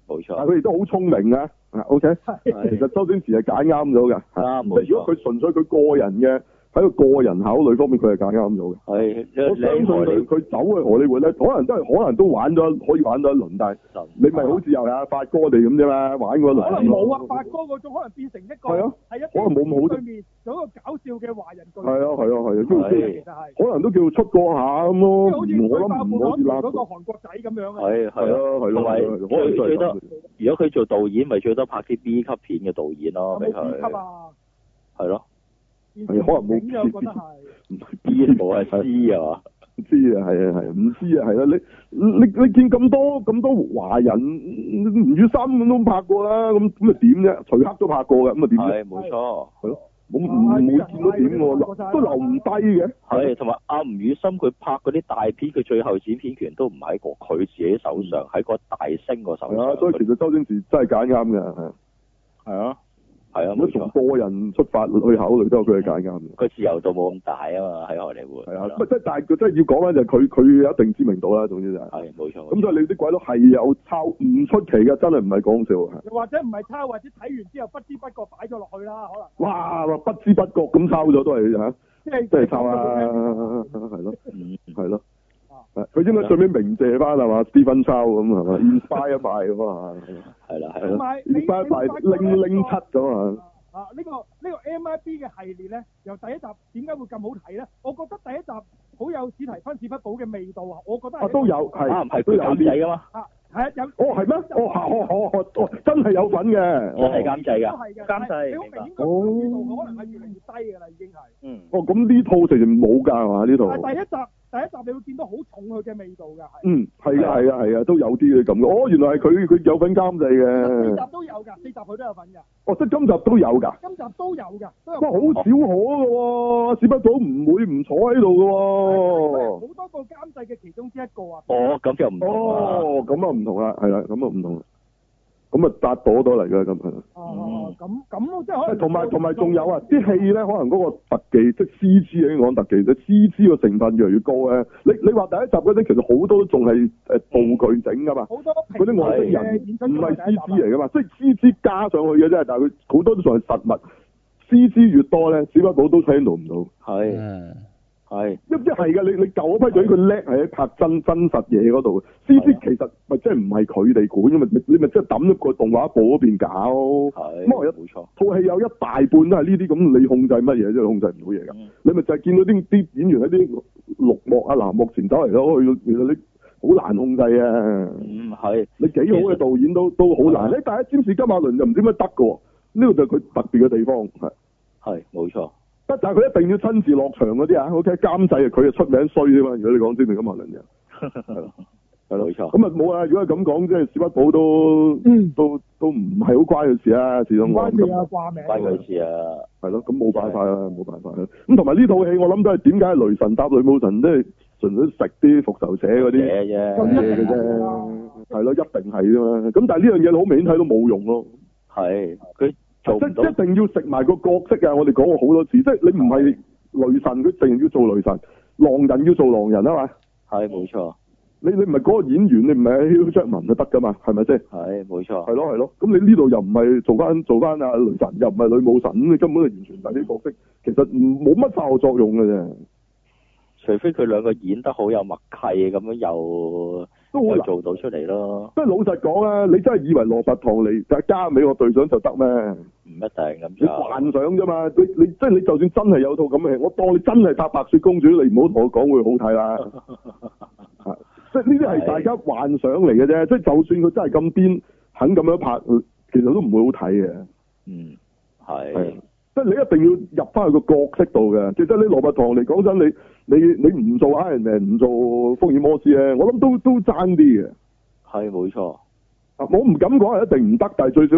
Speaker 2: 係冇
Speaker 1: 但係
Speaker 2: 錯，
Speaker 1: 佢哋都好聰明啊。啊，OK。
Speaker 5: 係
Speaker 1: 其實周星馳係揀啱咗嘅，啊
Speaker 2: 啱冇錯
Speaker 1: 如果佢純粹佢個人嘅喺個個人考慮方面，佢係揀啱咗嘅。
Speaker 2: 係
Speaker 1: 我相信
Speaker 2: 你我
Speaker 1: 佢
Speaker 2: 你
Speaker 1: 佢走去荷里活咧，可能都係可能都玩咗，可以玩咗一輪，但係
Speaker 2: 神
Speaker 1: 你咪好似又係阿發哥哋咁啫嘛，玩過一輪。
Speaker 5: 可能冇啊，發哥嗰種可能變成一個
Speaker 1: 係啊
Speaker 5: 係一
Speaker 1: 可能冇咁好啫
Speaker 5: 對面做一個搞笑嘅華人巨
Speaker 1: 係啊係啊係啊，都
Speaker 2: 係
Speaker 5: 其實係。
Speaker 1: 可能都叫出過下咁咯。
Speaker 5: 即係好似
Speaker 1: 我
Speaker 5: 佢
Speaker 1: 諗
Speaker 5: 爆
Speaker 1: 唔
Speaker 5: 破
Speaker 1: 可以啦。
Speaker 5: 嗰個韓國仔咁樣啊，
Speaker 1: 係
Speaker 2: 係係咯。
Speaker 1: 咯係
Speaker 2: 同
Speaker 1: 咯
Speaker 2: 埋
Speaker 1: 係啊咯，可能都係
Speaker 2: 最
Speaker 1: 咁
Speaker 2: 多如果佢做導演，咪最多拍啲 B 級片嘅導演咯，俾
Speaker 5: 有冇
Speaker 2: 佢
Speaker 5: 編級啊？
Speaker 2: 係咯。
Speaker 5: 係
Speaker 1: 係啊可能冇
Speaker 5: 影又覺得係，
Speaker 1: 唔係
Speaker 2: B 冇係 C 啊嘛，
Speaker 1: 唔知啊，係啊係啊，唔知啊，係啦、你你你見咁多咁多華人，吳宇森咁都拍過啦，咁咁啊點啫？徐克都拍過嘅，咁啊點啫？
Speaker 2: 係冇錯。
Speaker 1: 冇唔冇見到點喎，都留唔低嘅。
Speaker 2: 係，同埋阿吳宇森佢拍嗰啲大片，佢最後剪片權都唔喺個佢自己手上，喺個大星個手
Speaker 1: 嗯係
Speaker 2: 上。
Speaker 1: 啊，所以其實周星馳真係揀啱嘅，係啊
Speaker 2: 係啊，係
Speaker 1: 如
Speaker 2: 啊，
Speaker 1: 果
Speaker 2: 冇
Speaker 1: 從
Speaker 2: 錯，
Speaker 1: 個人出發去考慮，都有佢嘅解啱嘅。
Speaker 2: 個自由度冇咁大啊嘛，喺荷里活。
Speaker 1: 係啊，咁啊即係但係佢真係要講翻就係佢佢有一定知名度啦，總之就係、
Speaker 2: 係冇錯。
Speaker 1: 咁所以你啲鬼佬係有抄，唔出奇嘅，真係唔係講笑嚇。
Speaker 5: 又或者唔係抄，或者睇完之後不知不覺擺咗落去啦，可能
Speaker 1: 哇！不知不覺咁抄咗都係嚇，
Speaker 5: 即係
Speaker 1: 都係抄啊，係咯，
Speaker 2: 嗯
Speaker 1: 係咯
Speaker 5: 啊。
Speaker 1: 係佢應該最尾鳴謝翻係嘛？Stephen Chow 咁係嘛？Inspire by 咁啊
Speaker 2: 係啦，係
Speaker 5: 同
Speaker 2: 啦，
Speaker 5: 埋你你
Speaker 1: ，Inspire by
Speaker 5: 會發覺
Speaker 1: 零
Speaker 5: 呢
Speaker 1: 零
Speaker 5: 個
Speaker 1: 七咁啊，
Speaker 5: 啊！呢、個呢、個 MIB 嘅系列咧，由第一集點解會咁好睇咧？我覺得第一集好有史提芬史匹堡嘅味道啊！我覺得係
Speaker 1: 啊都有係
Speaker 2: 啱係
Speaker 1: 都
Speaker 2: 佢
Speaker 1: 有
Speaker 2: 監製
Speaker 1: 啲。
Speaker 2: 噶嘛，
Speaker 5: 啊，係啊有
Speaker 1: 哦係咩？哦哦哦哦哦，真係有份嘅。
Speaker 2: 真係
Speaker 1: 哦
Speaker 2: 監製
Speaker 5: 都
Speaker 2: 㗎。
Speaker 5: 係嘅，
Speaker 4: 監製
Speaker 5: 但係你好明顯個
Speaker 1: 明白
Speaker 5: 味道可能係越嚟越低㗎啦，已經係。
Speaker 4: 嗯，
Speaker 1: 哦，咁呢套直情冇㗎係嘛？呢
Speaker 5: 但
Speaker 1: 套。
Speaker 5: 係第一集第一集你會見到好重佢嘅味道㗎，係。
Speaker 1: 嗯，係㗎，係㗎，係㗎，都有啲嘅咁嘅。哦，原來係佢佢有份監製
Speaker 5: 四
Speaker 1: 嘅。
Speaker 5: 集都有㗎，四集佢都有份㗎，
Speaker 1: 哦，即係今集都有㗎。
Speaker 5: 今集都有㗎，都有
Speaker 1: 哇，。好少可嘅喎，史不寶唔會唔坐喺度嘅喎。
Speaker 5: 好多個監製嘅其中之一個啊。
Speaker 2: 哦，咁就唔同啦。
Speaker 1: 哦，咁啊唔同啦，係啦，咁啊唔同啦，咁啊搭朵到嚟嘅咁係啦。
Speaker 5: 哦，咁咁即係可能
Speaker 1: 同埋同埋仲有啊，啲戲咧可能嗰個特技即係 C G 已經講特技，即 C G 個成分越嚟越高咧。你你話第一集嗰啲其實好多都仲係誒道具整㗎嘛。
Speaker 5: 好多
Speaker 1: 嗰啲外星人
Speaker 5: 啊演出
Speaker 1: 唔係 C G 嚟噶嘛，即係 C G 加上去嘅啫，但係佢好多都仲係實物。C G 越多咧，史匹堡都 handle 唔到。
Speaker 2: 係
Speaker 3: 嗯，
Speaker 2: 係
Speaker 1: 一一係嘅，你你舊嗰批隊佢叻係喺拍真真實嘢嗰度，C G
Speaker 2: 係啊
Speaker 1: 其實咪即係唔係佢哋管嘅嘛，你咪即係抌咗個動畫部嗰邊搞。
Speaker 2: 係，
Speaker 1: 咁我有
Speaker 2: 冇錯。
Speaker 1: 套戲有一大半都係呢啲咁，你控制乜嘢啫？控制唔到嘢㗎。
Speaker 2: 嗯
Speaker 1: 你咪就係見到啲啲演員喺啲綠幕啊、藍幕前走嚟走去，其實你好難控制啊。
Speaker 2: 嗯，係
Speaker 1: 你幾好嘅導演都都好難咧，但係詹士金馬倫就唔知乜得嘅喎，呢個就係佢特別嘅地方係。
Speaker 2: 係 冇錯。
Speaker 1: 不但係佢一定要親自落場嗰啲啊，OK 監製啊，佢就出名衰啫嘛。如果你講詹士金馬倫嘅，係咯
Speaker 2: 冇錯
Speaker 1: 咁啊冇啊，如果係咁講，即係史匹堡都
Speaker 5: 嗯，
Speaker 1: 都都唔係好關佢事啊，始終我
Speaker 5: 關佢啊
Speaker 1: 諗
Speaker 5: 掛名。
Speaker 2: 關佢事啊！
Speaker 1: 係咯，咁冇辦法啦，冇辦法啦。咁同埋呢套戲，我諗都係點解雷神搭女武神都係純粹食啲復仇者嗰啲
Speaker 2: 嘢啫，
Speaker 5: 咁
Speaker 1: 嘢嘅啫，係咯，一定係啫嘛。咁但係呢樣嘢好明顯睇到冇用咯。
Speaker 2: 係佢做唔
Speaker 1: 即
Speaker 2: 到
Speaker 1: 即，一定要食埋個角色啊！我哋講過好多次，即係你唔係雷神，佢淨係要做雷神，狼人要做狼人啊嘛！
Speaker 2: 係冇錯，
Speaker 1: 你你唔係嗰個演員，你唔係 Hugh Jackman 就得噶嘛？係咪先？
Speaker 2: 係冇錯，
Speaker 1: 係咯係咯，咁你呢度又唔係做翻做翻啊雷神，又唔係女武神，你根本就完全唔係呢個角色，其實唔冇乜化學作用嘅啫，
Speaker 2: 除非佢兩個演得好有默契咁樣又
Speaker 1: 都好
Speaker 2: 又
Speaker 1: 難。
Speaker 2: 做到出嚟咯，
Speaker 1: 即係老實講啊，你真係以為羅拔唐尼就係加美個隊長就得咩？
Speaker 2: 唔一定咁
Speaker 1: 你
Speaker 2: 就
Speaker 1: 幻想啫嘛，你你即係你就算真係有套咁嘅戲，我當你真係拍白雪公主，你唔好同我講會好睇啦。係即係呢啲係大家幻想嚟嘅啫，即係就算佢真係咁癲，肯咁樣拍，其實都唔會好睇嘅。
Speaker 2: 嗯
Speaker 1: 係啊
Speaker 2: 係，
Speaker 1: 即係你一定要入翻去個角色度嘅。其實你羅伯唐嚟講真，你你你唔做 Iron Man，唔做福爾摩斯咧，我諗都都爭啲嘅。
Speaker 2: 係冇錯，
Speaker 1: 啊我唔敢講係一定唔得，但係最少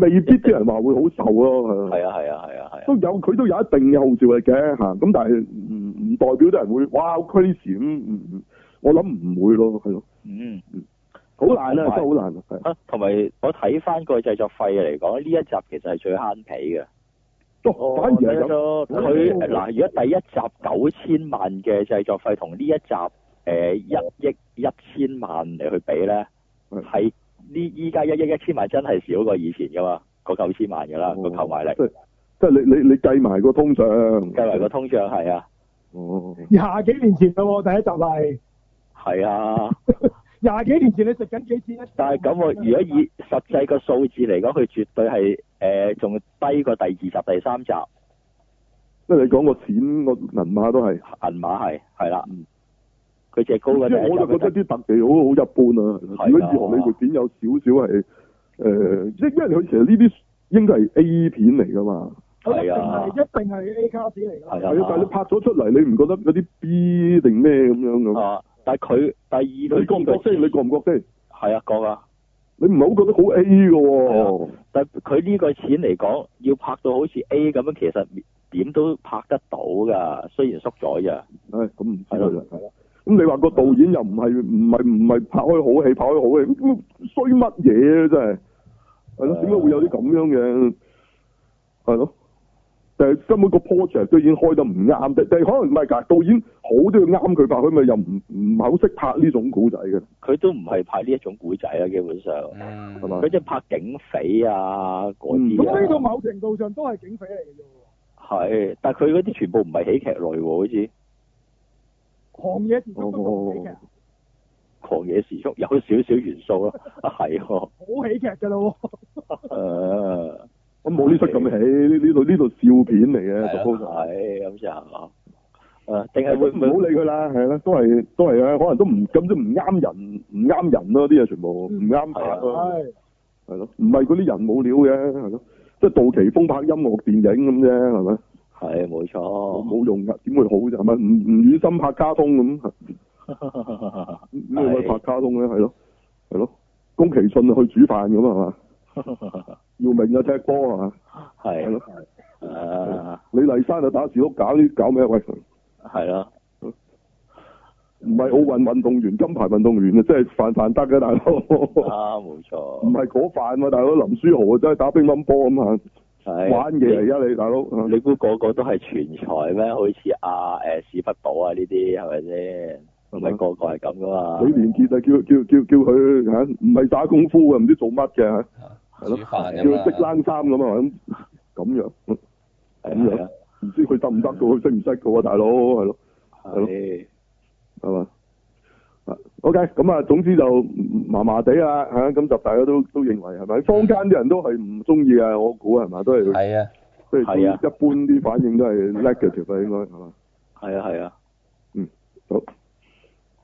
Speaker 1: 未必啲人話會好受咯。係啊
Speaker 2: 係啊係啊係啊係
Speaker 1: 都
Speaker 2: 啊，
Speaker 1: 有佢都有一定嘅號召力嘅嚇，咁但係唔唔代表啲人會哇好 crazy 咁，唔唔我諗唔會咯，係咯，
Speaker 2: 嗯
Speaker 1: 好難啊，真
Speaker 2: 同
Speaker 1: 係好難啊，係
Speaker 2: 啊，同埋我睇翻個製作費嚟講，呢一集其實係最慳皮嘅。
Speaker 1: 哦反而係咁，
Speaker 2: 咗佢嗱，如果第一集九千萬嘅製作費同呢一集誒一億一千萬嚟去比咧，
Speaker 1: 係
Speaker 2: 係呢依家一億一千萬真係少過以前噶嘛，個九千萬噶啦，啊
Speaker 1: 哦
Speaker 2: 個購買力
Speaker 1: 即係即係你你你計埋個通脹，
Speaker 2: 計埋個通脹係啊，
Speaker 1: 哦，
Speaker 5: 廿幾年前啦喎，第一集係
Speaker 2: 係啊，
Speaker 5: 廿幾年前你食緊幾錢一？
Speaker 2: 但係咁我如果以實際個數字嚟講，佢絕對係誒仲低過第二集、第三集
Speaker 1: 即係你講個錢個銀碼都係，
Speaker 2: 銀碼係係啦
Speaker 1: 嗯，
Speaker 2: 佢只係高過第
Speaker 1: 即
Speaker 2: 一集
Speaker 1: 係我就覺
Speaker 2: 嘅
Speaker 1: 得啲特技好好一般啊，
Speaker 2: 係啊
Speaker 1: 如果以荷里活片有少少係誒，即因為佢其實呢啲應該係 A 片嚟㗎嘛。
Speaker 5: 係
Speaker 2: 係
Speaker 5: 啊，
Speaker 2: 啊
Speaker 5: 一定係一定係 A 卡士嚟㗎啦。
Speaker 2: 係
Speaker 1: 係啊，但係你
Speaker 2: 啊
Speaker 1: 拍咗出嚟，你唔覺得有啲 B 定咩咁樣咁？
Speaker 2: 啊，但係佢第二
Speaker 1: 你
Speaker 2: 佢
Speaker 1: 覺唔覺先？你覺唔覺先？
Speaker 2: 係啊，講啊。
Speaker 1: 你唔係好覺得好 A 嘅喎、
Speaker 2: 但佢呢個錢嚟講，要拍到好似 A 咁樣，其實點都拍得到㗎。雖然縮咗啫，
Speaker 1: 唉，咁唔知
Speaker 2: 係
Speaker 1: 佢啦，係啦。咁你話個導演又唔係唔係唔係拍開好戲，拍開好戲，咁衰乜嘢啊真係？係咯，
Speaker 2: 係啊
Speaker 1: 點解會有啲咁樣嘅？係咯。就係根本個 project 都已經開得唔啱，但但係可能唔係㗎，導演好都要啱佢拍，佢咪又唔唔係好識拍呢種古仔嘅，
Speaker 2: 佢都唔係拍呢一種古仔啊啦，基本上，
Speaker 3: 嗯
Speaker 1: 係嘛
Speaker 2: 佢？即係拍警匪啊嗰
Speaker 1: 嗯
Speaker 5: 咁呢
Speaker 2: 啲
Speaker 5: 度
Speaker 2: 啊，
Speaker 5: 某程度上都係警匪嚟嘅啫喎。
Speaker 2: 係，但係佢嗰啲全部唔係喜劇類喎，好似
Speaker 5: 行嘢自足都好喜劇，
Speaker 2: 狂野時速有少少元素咯， 啊係喎，
Speaker 5: 好喜劇㗎咯喎。
Speaker 2: 誒
Speaker 1: 咁冇呢出咁起，呢呢度呢度笑片嚟嘅，
Speaker 3: 係啊
Speaker 1: suppose
Speaker 2: 係咁就係嘛，誒定 係會唔
Speaker 1: 唔好
Speaker 2: 會
Speaker 1: 理佢啦，係啦，都係都係啊，可能都唔咁都唔啱人，唔啱人咯，啲嘢全部唔
Speaker 5: 嗯
Speaker 1: 啱拍
Speaker 2: 係
Speaker 1: 咯，
Speaker 5: 係
Speaker 1: 係咯，唔係嗰啲人冇料嘅，係咯，即係杜琪峰拍音樂電影咁啫，係咪？
Speaker 2: 係冇錯，
Speaker 1: 冇用㗎，點會好啫？係咪？吳吳宇森拍卡通咁，咩可以拍卡通咧？係咯，係咯，宮崎駿去煮飯咁啊係嘛？姚明啊踢波啊嘛，係
Speaker 2: 係
Speaker 1: 咯，
Speaker 2: 誒
Speaker 1: 李麗珊就打字碌搞啲搞咩？喂，唔
Speaker 2: 係啦，
Speaker 1: 係奧運運動員金牌運動員啊，即係泛泛得嘅大佬，唔
Speaker 2: 啊冇錯，
Speaker 1: 係嗰泛喎大佬，林書豪啊真係打乒乓波咁啊，
Speaker 2: 係
Speaker 1: 玩嘢嚟家你大佬，啊
Speaker 2: 你估個個都係全才咩？好似阿誒史不保啊呢啲係咪先？唔係個個係咁噶嘛？
Speaker 1: 啊李連杰就叫叫叫叫佢嚇，唔係打功夫嘅，唔知做乜嘅嚇，係
Speaker 3: 煮
Speaker 1: 咯，
Speaker 3: 飯
Speaker 1: 叫
Speaker 3: 咁
Speaker 1: 佢
Speaker 3: 啊
Speaker 1: 織冷衫咁啊咁咁樣，
Speaker 2: 係啊
Speaker 1: 唔知佢得唔得嘅，佢識唔識嘅喎大佬，係咯。
Speaker 2: 係
Speaker 1: 係嘛？啊，OK，咁啊，總之就麻麻地啦嚇，咁、就大家都都認為係咪？坊間啲人都係唔中意嘅，我估係嘛，都係
Speaker 3: 係啊，
Speaker 1: 都係
Speaker 2: 係啊
Speaker 1: 一般啲反應都係 negative 啊，應該係嘛？
Speaker 2: 係啊係啊
Speaker 1: 好，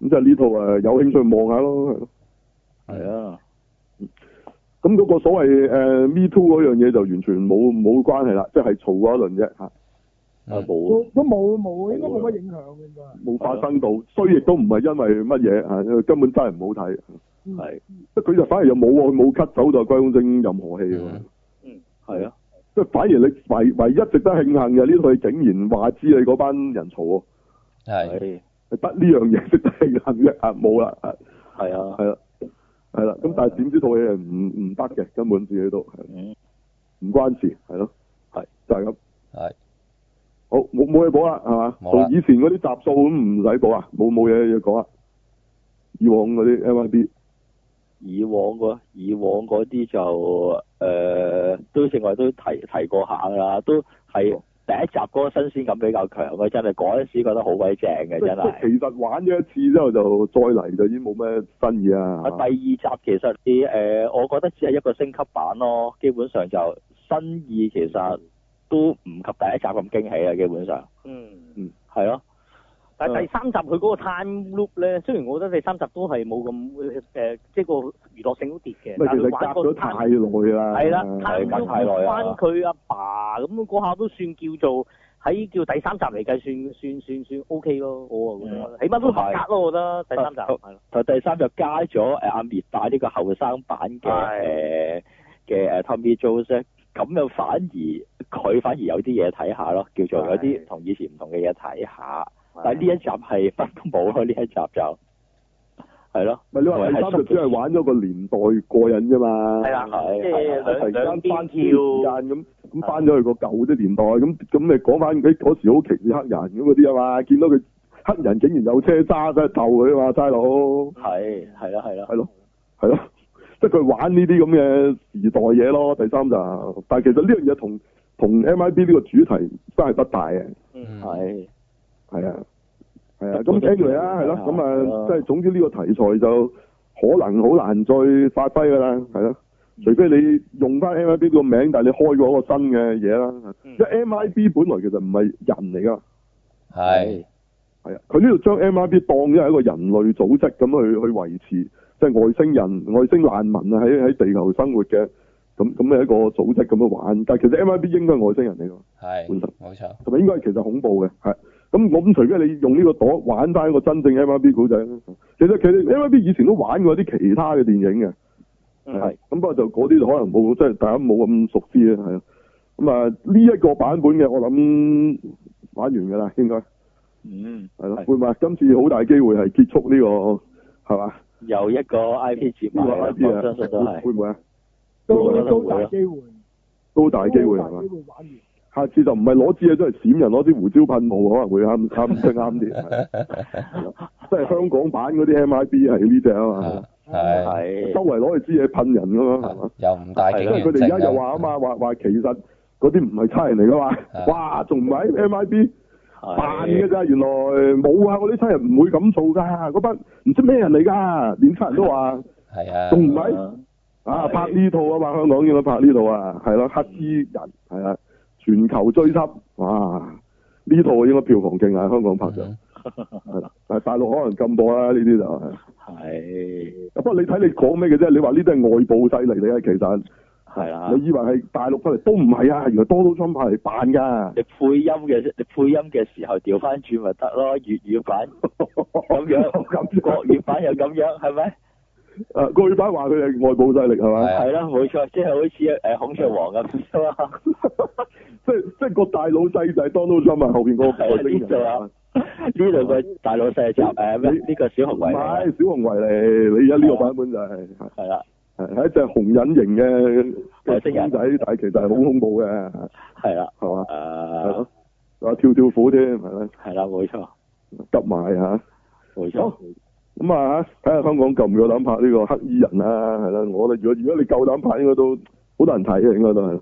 Speaker 1: 咁就呢套誒有興趣望下咯，係咯。嗯
Speaker 2: 係啊！
Speaker 1: 咁嗰個所謂誒、呃 Me Too 嗰樣嘢就完全冇冇關係啦，即係嘈嗰一輪啫嚇，
Speaker 2: 啊
Speaker 3: 嗯
Speaker 2: 冇
Speaker 5: 都都冇冇，應該冇乜影響嘅應該係。
Speaker 1: 冇發生到，衰亦都唔係因為乜嘢嚇，因為根本真係唔好睇，
Speaker 5: 嗯
Speaker 2: 係
Speaker 1: 即係佢就反而又冇喎佢冇 cut 走就歸公正任何戲喎。
Speaker 3: 嗯
Speaker 2: 係啊
Speaker 1: 即係反而你唯唯一值得慶幸嘅呢套戲竟然話知你嗰班人嘈喎，
Speaker 3: 係
Speaker 1: 哎
Speaker 2: 係
Speaker 1: 係得呢樣嘢值得慶幸啫，啊冇啦，啊
Speaker 2: 係啊
Speaker 1: 係啦，係啦，咁但係點知套戲係唔唔得嘅，根本自己都係
Speaker 2: 嗯
Speaker 1: 唔關事，係咯，
Speaker 2: 係
Speaker 1: 就係咁，
Speaker 3: 係
Speaker 1: 好冇冇嘢補啦，係嘛？
Speaker 3: 冇啦
Speaker 1: 同以前嗰啲集數咁唔使補啊，冇冇嘢要講啊，以往嗰啲 M I B
Speaker 2: 以往嗰以往嗰啲就誒都正話都提提過下㗎啦，都係
Speaker 1: 哦
Speaker 2: 第一集嗰個新鮮感比較強嘅，真係嗰陣時覺得好鬼正嘅
Speaker 1: 即
Speaker 2: 真
Speaker 1: 係
Speaker 2: 係。
Speaker 1: 其實玩咗一次之後就再嚟就已經冇咩新意啊
Speaker 2: 啊，，第二集其實啲誒、呃我覺得只係一個升級版咯，基本上就新意其實都唔及第一集咁驚喜啊，基本上
Speaker 4: 嗯，
Speaker 2: 係咯，
Speaker 4: 但係第三集佢嗰個 time loop 咧，雖然我覺得第三集都係冇咁誒，即係個娛樂性都跌嘅
Speaker 1: 唔，係
Speaker 4: 但
Speaker 1: 其實
Speaker 4: 係佢玩
Speaker 1: 隔
Speaker 4: 個
Speaker 1: 咗
Speaker 4: time
Speaker 1: 太耐啦，
Speaker 4: 係啦，
Speaker 2: 係
Speaker 4: 貪污
Speaker 2: 太耐啦
Speaker 4: 翻佢阿爸咁嗰下都算叫做喺叫第三集嚟計算算算算 O K 咯，我啊覺得，起碼都合格咯，我覺得第三集
Speaker 2: 係
Speaker 4: 係咯，
Speaker 2: 同第三集加咗誒呃阿滅霸呢個後生版嘅誒
Speaker 4: 係
Speaker 2: 嘅誒呃 Tommy Jones 咧，咁又反而佢反而有啲嘢睇下咯，叫做有啲
Speaker 4: 係
Speaker 2: 同以前唔同嘅嘢睇下，但係呢一集係乜都冇咯，呢一集就係咯，
Speaker 1: 唔係你話第三就只係玩咗個年代過癮啫嘛，
Speaker 4: 係啦，
Speaker 2: 係
Speaker 4: 即係
Speaker 1: 突
Speaker 4: 兩
Speaker 1: 然
Speaker 4: 兩
Speaker 1: 間翻
Speaker 4: 邊
Speaker 1: 時間
Speaker 4: 跳，
Speaker 1: 咁咁翻咗去個舊啲年代，咁咁你講翻佢嗰時好歧視黑人咁嗰啲啊嘛，見到佢黑人竟然有車揸，真係鬥佢啊嘛，差佬
Speaker 2: 係係啦係啦
Speaker 1: 係咯係咯，即係佢玩呢啲咁嘅時代嘢咯。第三就，但係其實呢樣嘢同同 MIB 呢個主題真係不大嘅，
Speaker 3: 嗯
Speaker 1: 哎
Speaker 2: 係。
Speaker 1: 係啊係啊，
Speaker 2: 不
Speaker 1: 咁
Speaker 2: 過都
Speaker 1: anyway 啦，係咯，咁
Speaker 2: 係
Speaker 1: 啊
Speaker 2: 啊
Speaker 1: 即係總之呢個題材就可能好難再發揮㗎啦，係咯。
Speaker 2: 嗯
Speaker 1: 除非你用翻 MIB 個名，但係你開過一個新嘅嘢啦，
Speaker 4: 嗯
Speaker 1: 即係 MIB 本來其實唔係人嚟噶，
Speaker 3: 係
Speaker 1: 係啊，佢呢度將 MIB 當咗係一個人類組織咁去去維持，即係外星人、外星難民啊喺喺地球生活嘅，咁咁嘅一個組織咁樣玩，但係其實 MIB 應該係外星人嚟㗎，
Speaker 3: 係
Speaker 1: 本身
Speaker 3: 冇錯，
Speaker 1: 同埋應該係其實恐怖嘅，係。咁我咁除非你用呢個朵玩翻一個真正 MIB 古仔啦，其實其實 MIB 以前都玩過啲其他嘅電影嘅。係
Speaker 4: 嗯
Speaker 2: 係
Speaker 1: 咁不過就嗰啲就可能冇，即係大家冇咁熟知啦，係啊。咁啊，呢一個版本嘅我諗玩完㗎啦，應該係
Speaker 2: 嗯
Speaker 1: 咯，
Speaker 2: 係
Speaker 1: 會唔會今次好大機會係結束呢、個係嘛？
Speaker 2: 又一個 I P 接
Speaker 1: 呢、
Speaker 2: 埋
Speaker 1: 個
Speaker 2: 啦，
Speaker 1: I P
Speaker 2: 我
Speaker 1: 啊
Speaker 2: 相信都，
Speaker 1: 會
Speaker 2: 係
Speaker 1: 唔會啊？
Speaker 5: 都都大機會。
Speaker 1: 都大機會係
Speaker 5: 好
Speaker 1: 嘛
Speaker 5: 大？機會玩完。
Speaker 1: 下次就唔係攞支嘢出嚟閃人，攞支胡椒噴霧可能會啱啱即係啱啲，係係啦即係香港版嗰啲 MIB 係呢只啊嘛，係啦
Speaker 3: 係
Speaker 2: 係
Speaker 1: 周圍攞去支嘢噴人咁嘛，係嘛
Speaker 3: 啊係？啊又唔大
Speaker 1: 因
Speaker 3: 警
Speaker 1: 為佢
Speaker 3: 員
Speaker 1: 哋而
Speaker 3: 證
Speaker 1: 家又話啊嘛，話話其實嗰啲唔係差人嚟噶嘛，哇，仲唔係 MIB 扮嘅咋？原來冇啊！嗰啲差人唔會咁做㗎，嗰班唔知咩人嚟㗎，連差人都話
Speaker 3: 係啊，
Speaker 1: 仲唔係
Speaker 2: 係
Speaker 1: 啊
Speaker 2: 係
Speaker 1: 拍呢套啊嘛，香港應該拍呢套啊，係咯，黑衣人係啊，全球追緝，哇！呢套應該票房勁啊，香港拍咗，
Speaker 3: 嗯
Speaker 1: 係啦，但係大陸可能禁播啦，呢啲就係。
Speaker 2: 係
Speaker 1: 不過你睇你講咩嘅啫，你話呢啲係外部勢力嚟嘅，其實
Speaker 2: 係啦。
Speaker 1: 你以為係大陸翻嚟都唔係啊，原來 Donald Trump 係嚟扮㗎。
Speaker 2: 你配音嘅，你配音嘅時候調翻轉咪得咯，粵 語版咁樣，哦國語版又咁樣，係咪？
Speaker 1: 誒，國語啊版話佢係外部勢力係
Speaker 3: 係
Speaker 1: 咪？
Speaker 3: 啊
Speaker 2: 係啦，冇錯，即係好似誒孔雀王咁 啫嘛。
Speaker 1: 即係即係個大佬細就係 Donald Trump 啊，後邊嗰個
Speaker 2: 係
Speaker 1: 外星
Speaker 2: 呢度
Speaker 1: 人
Speaker 2: 啊
Speaker 1: 啊。，
Speaker 2: 呢度個大老細就誒呃咩？呢個小
Speaker 1: 唔
Speaker 2: 紅衛
Speaker 1: 係
Speaker 2: 嚟
Speaker 1: 小紅維尼，你而家呢個版本就係係
Speaker 2: 嘅係啦，
Speaker 1: 呃係係一隻紅隱形嘅
Speaker 2: 外
Speaker 1: 嘅
Speaker 2: 星人
Speaker 1: 公仔，但係其啊實係好恐怖嘅，
Speaker 2: 係啦，
Speaker 1: 係嘛？係
Speaker 2: 誒
Speaker 1: 咯，話跳跳虎添，係咪？
Speaker 2: 係啦，冇錯，
Speaker 1: 急埋嚇。
Speaker 2: 冇
Speaker 1: 好
Speaker 2: 錯，
Speaker 1: 咁啊，睇下香港夠唔夠膽拍呢個黑衣人啊，係啦，我哋如果如果你夠膽拍，應該都好多人睇嘅，應該都係，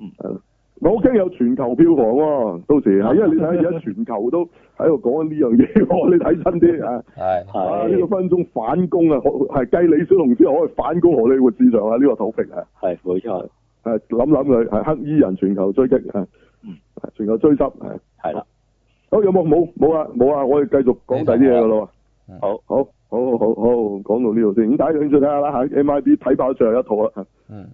Speaker 2: 嗯
Speaker 1: 係啦。我驚有全球票房喎、到時係因為你睇 下而家全球都喺度講緊呢樣嘢喎， 你睇真啲啊！
Speaker 3: 係
Speaker 1: 啊，呢個
Speaker 2: 係
Speaker 1: 分鐘反攻啊，可係雞你小龍之可以反攻荷里活市場啊！呢、個 topic 啊，
Speaker 2: 係冇錯，
Speaker 1: 係呃諗諗佢係黑衣人全球追擊啊
Speaker 2: 嗯，
Speaker 1: 全球追緝係。
Speaker 2: 係啦，
Speaker 1: 好有冇冇冇啊冇啊！我哋繼續講第啲嘢噶咯
Speaker 3: 嗯
Speaker 1: 喎。
Speaker 2: 好
Speaker 1: 好，好好好好，講到呢度先。咁大家有興趣睇下啦嚇，MIB 睇爆最後一套啦。
Speaker 3: 嗯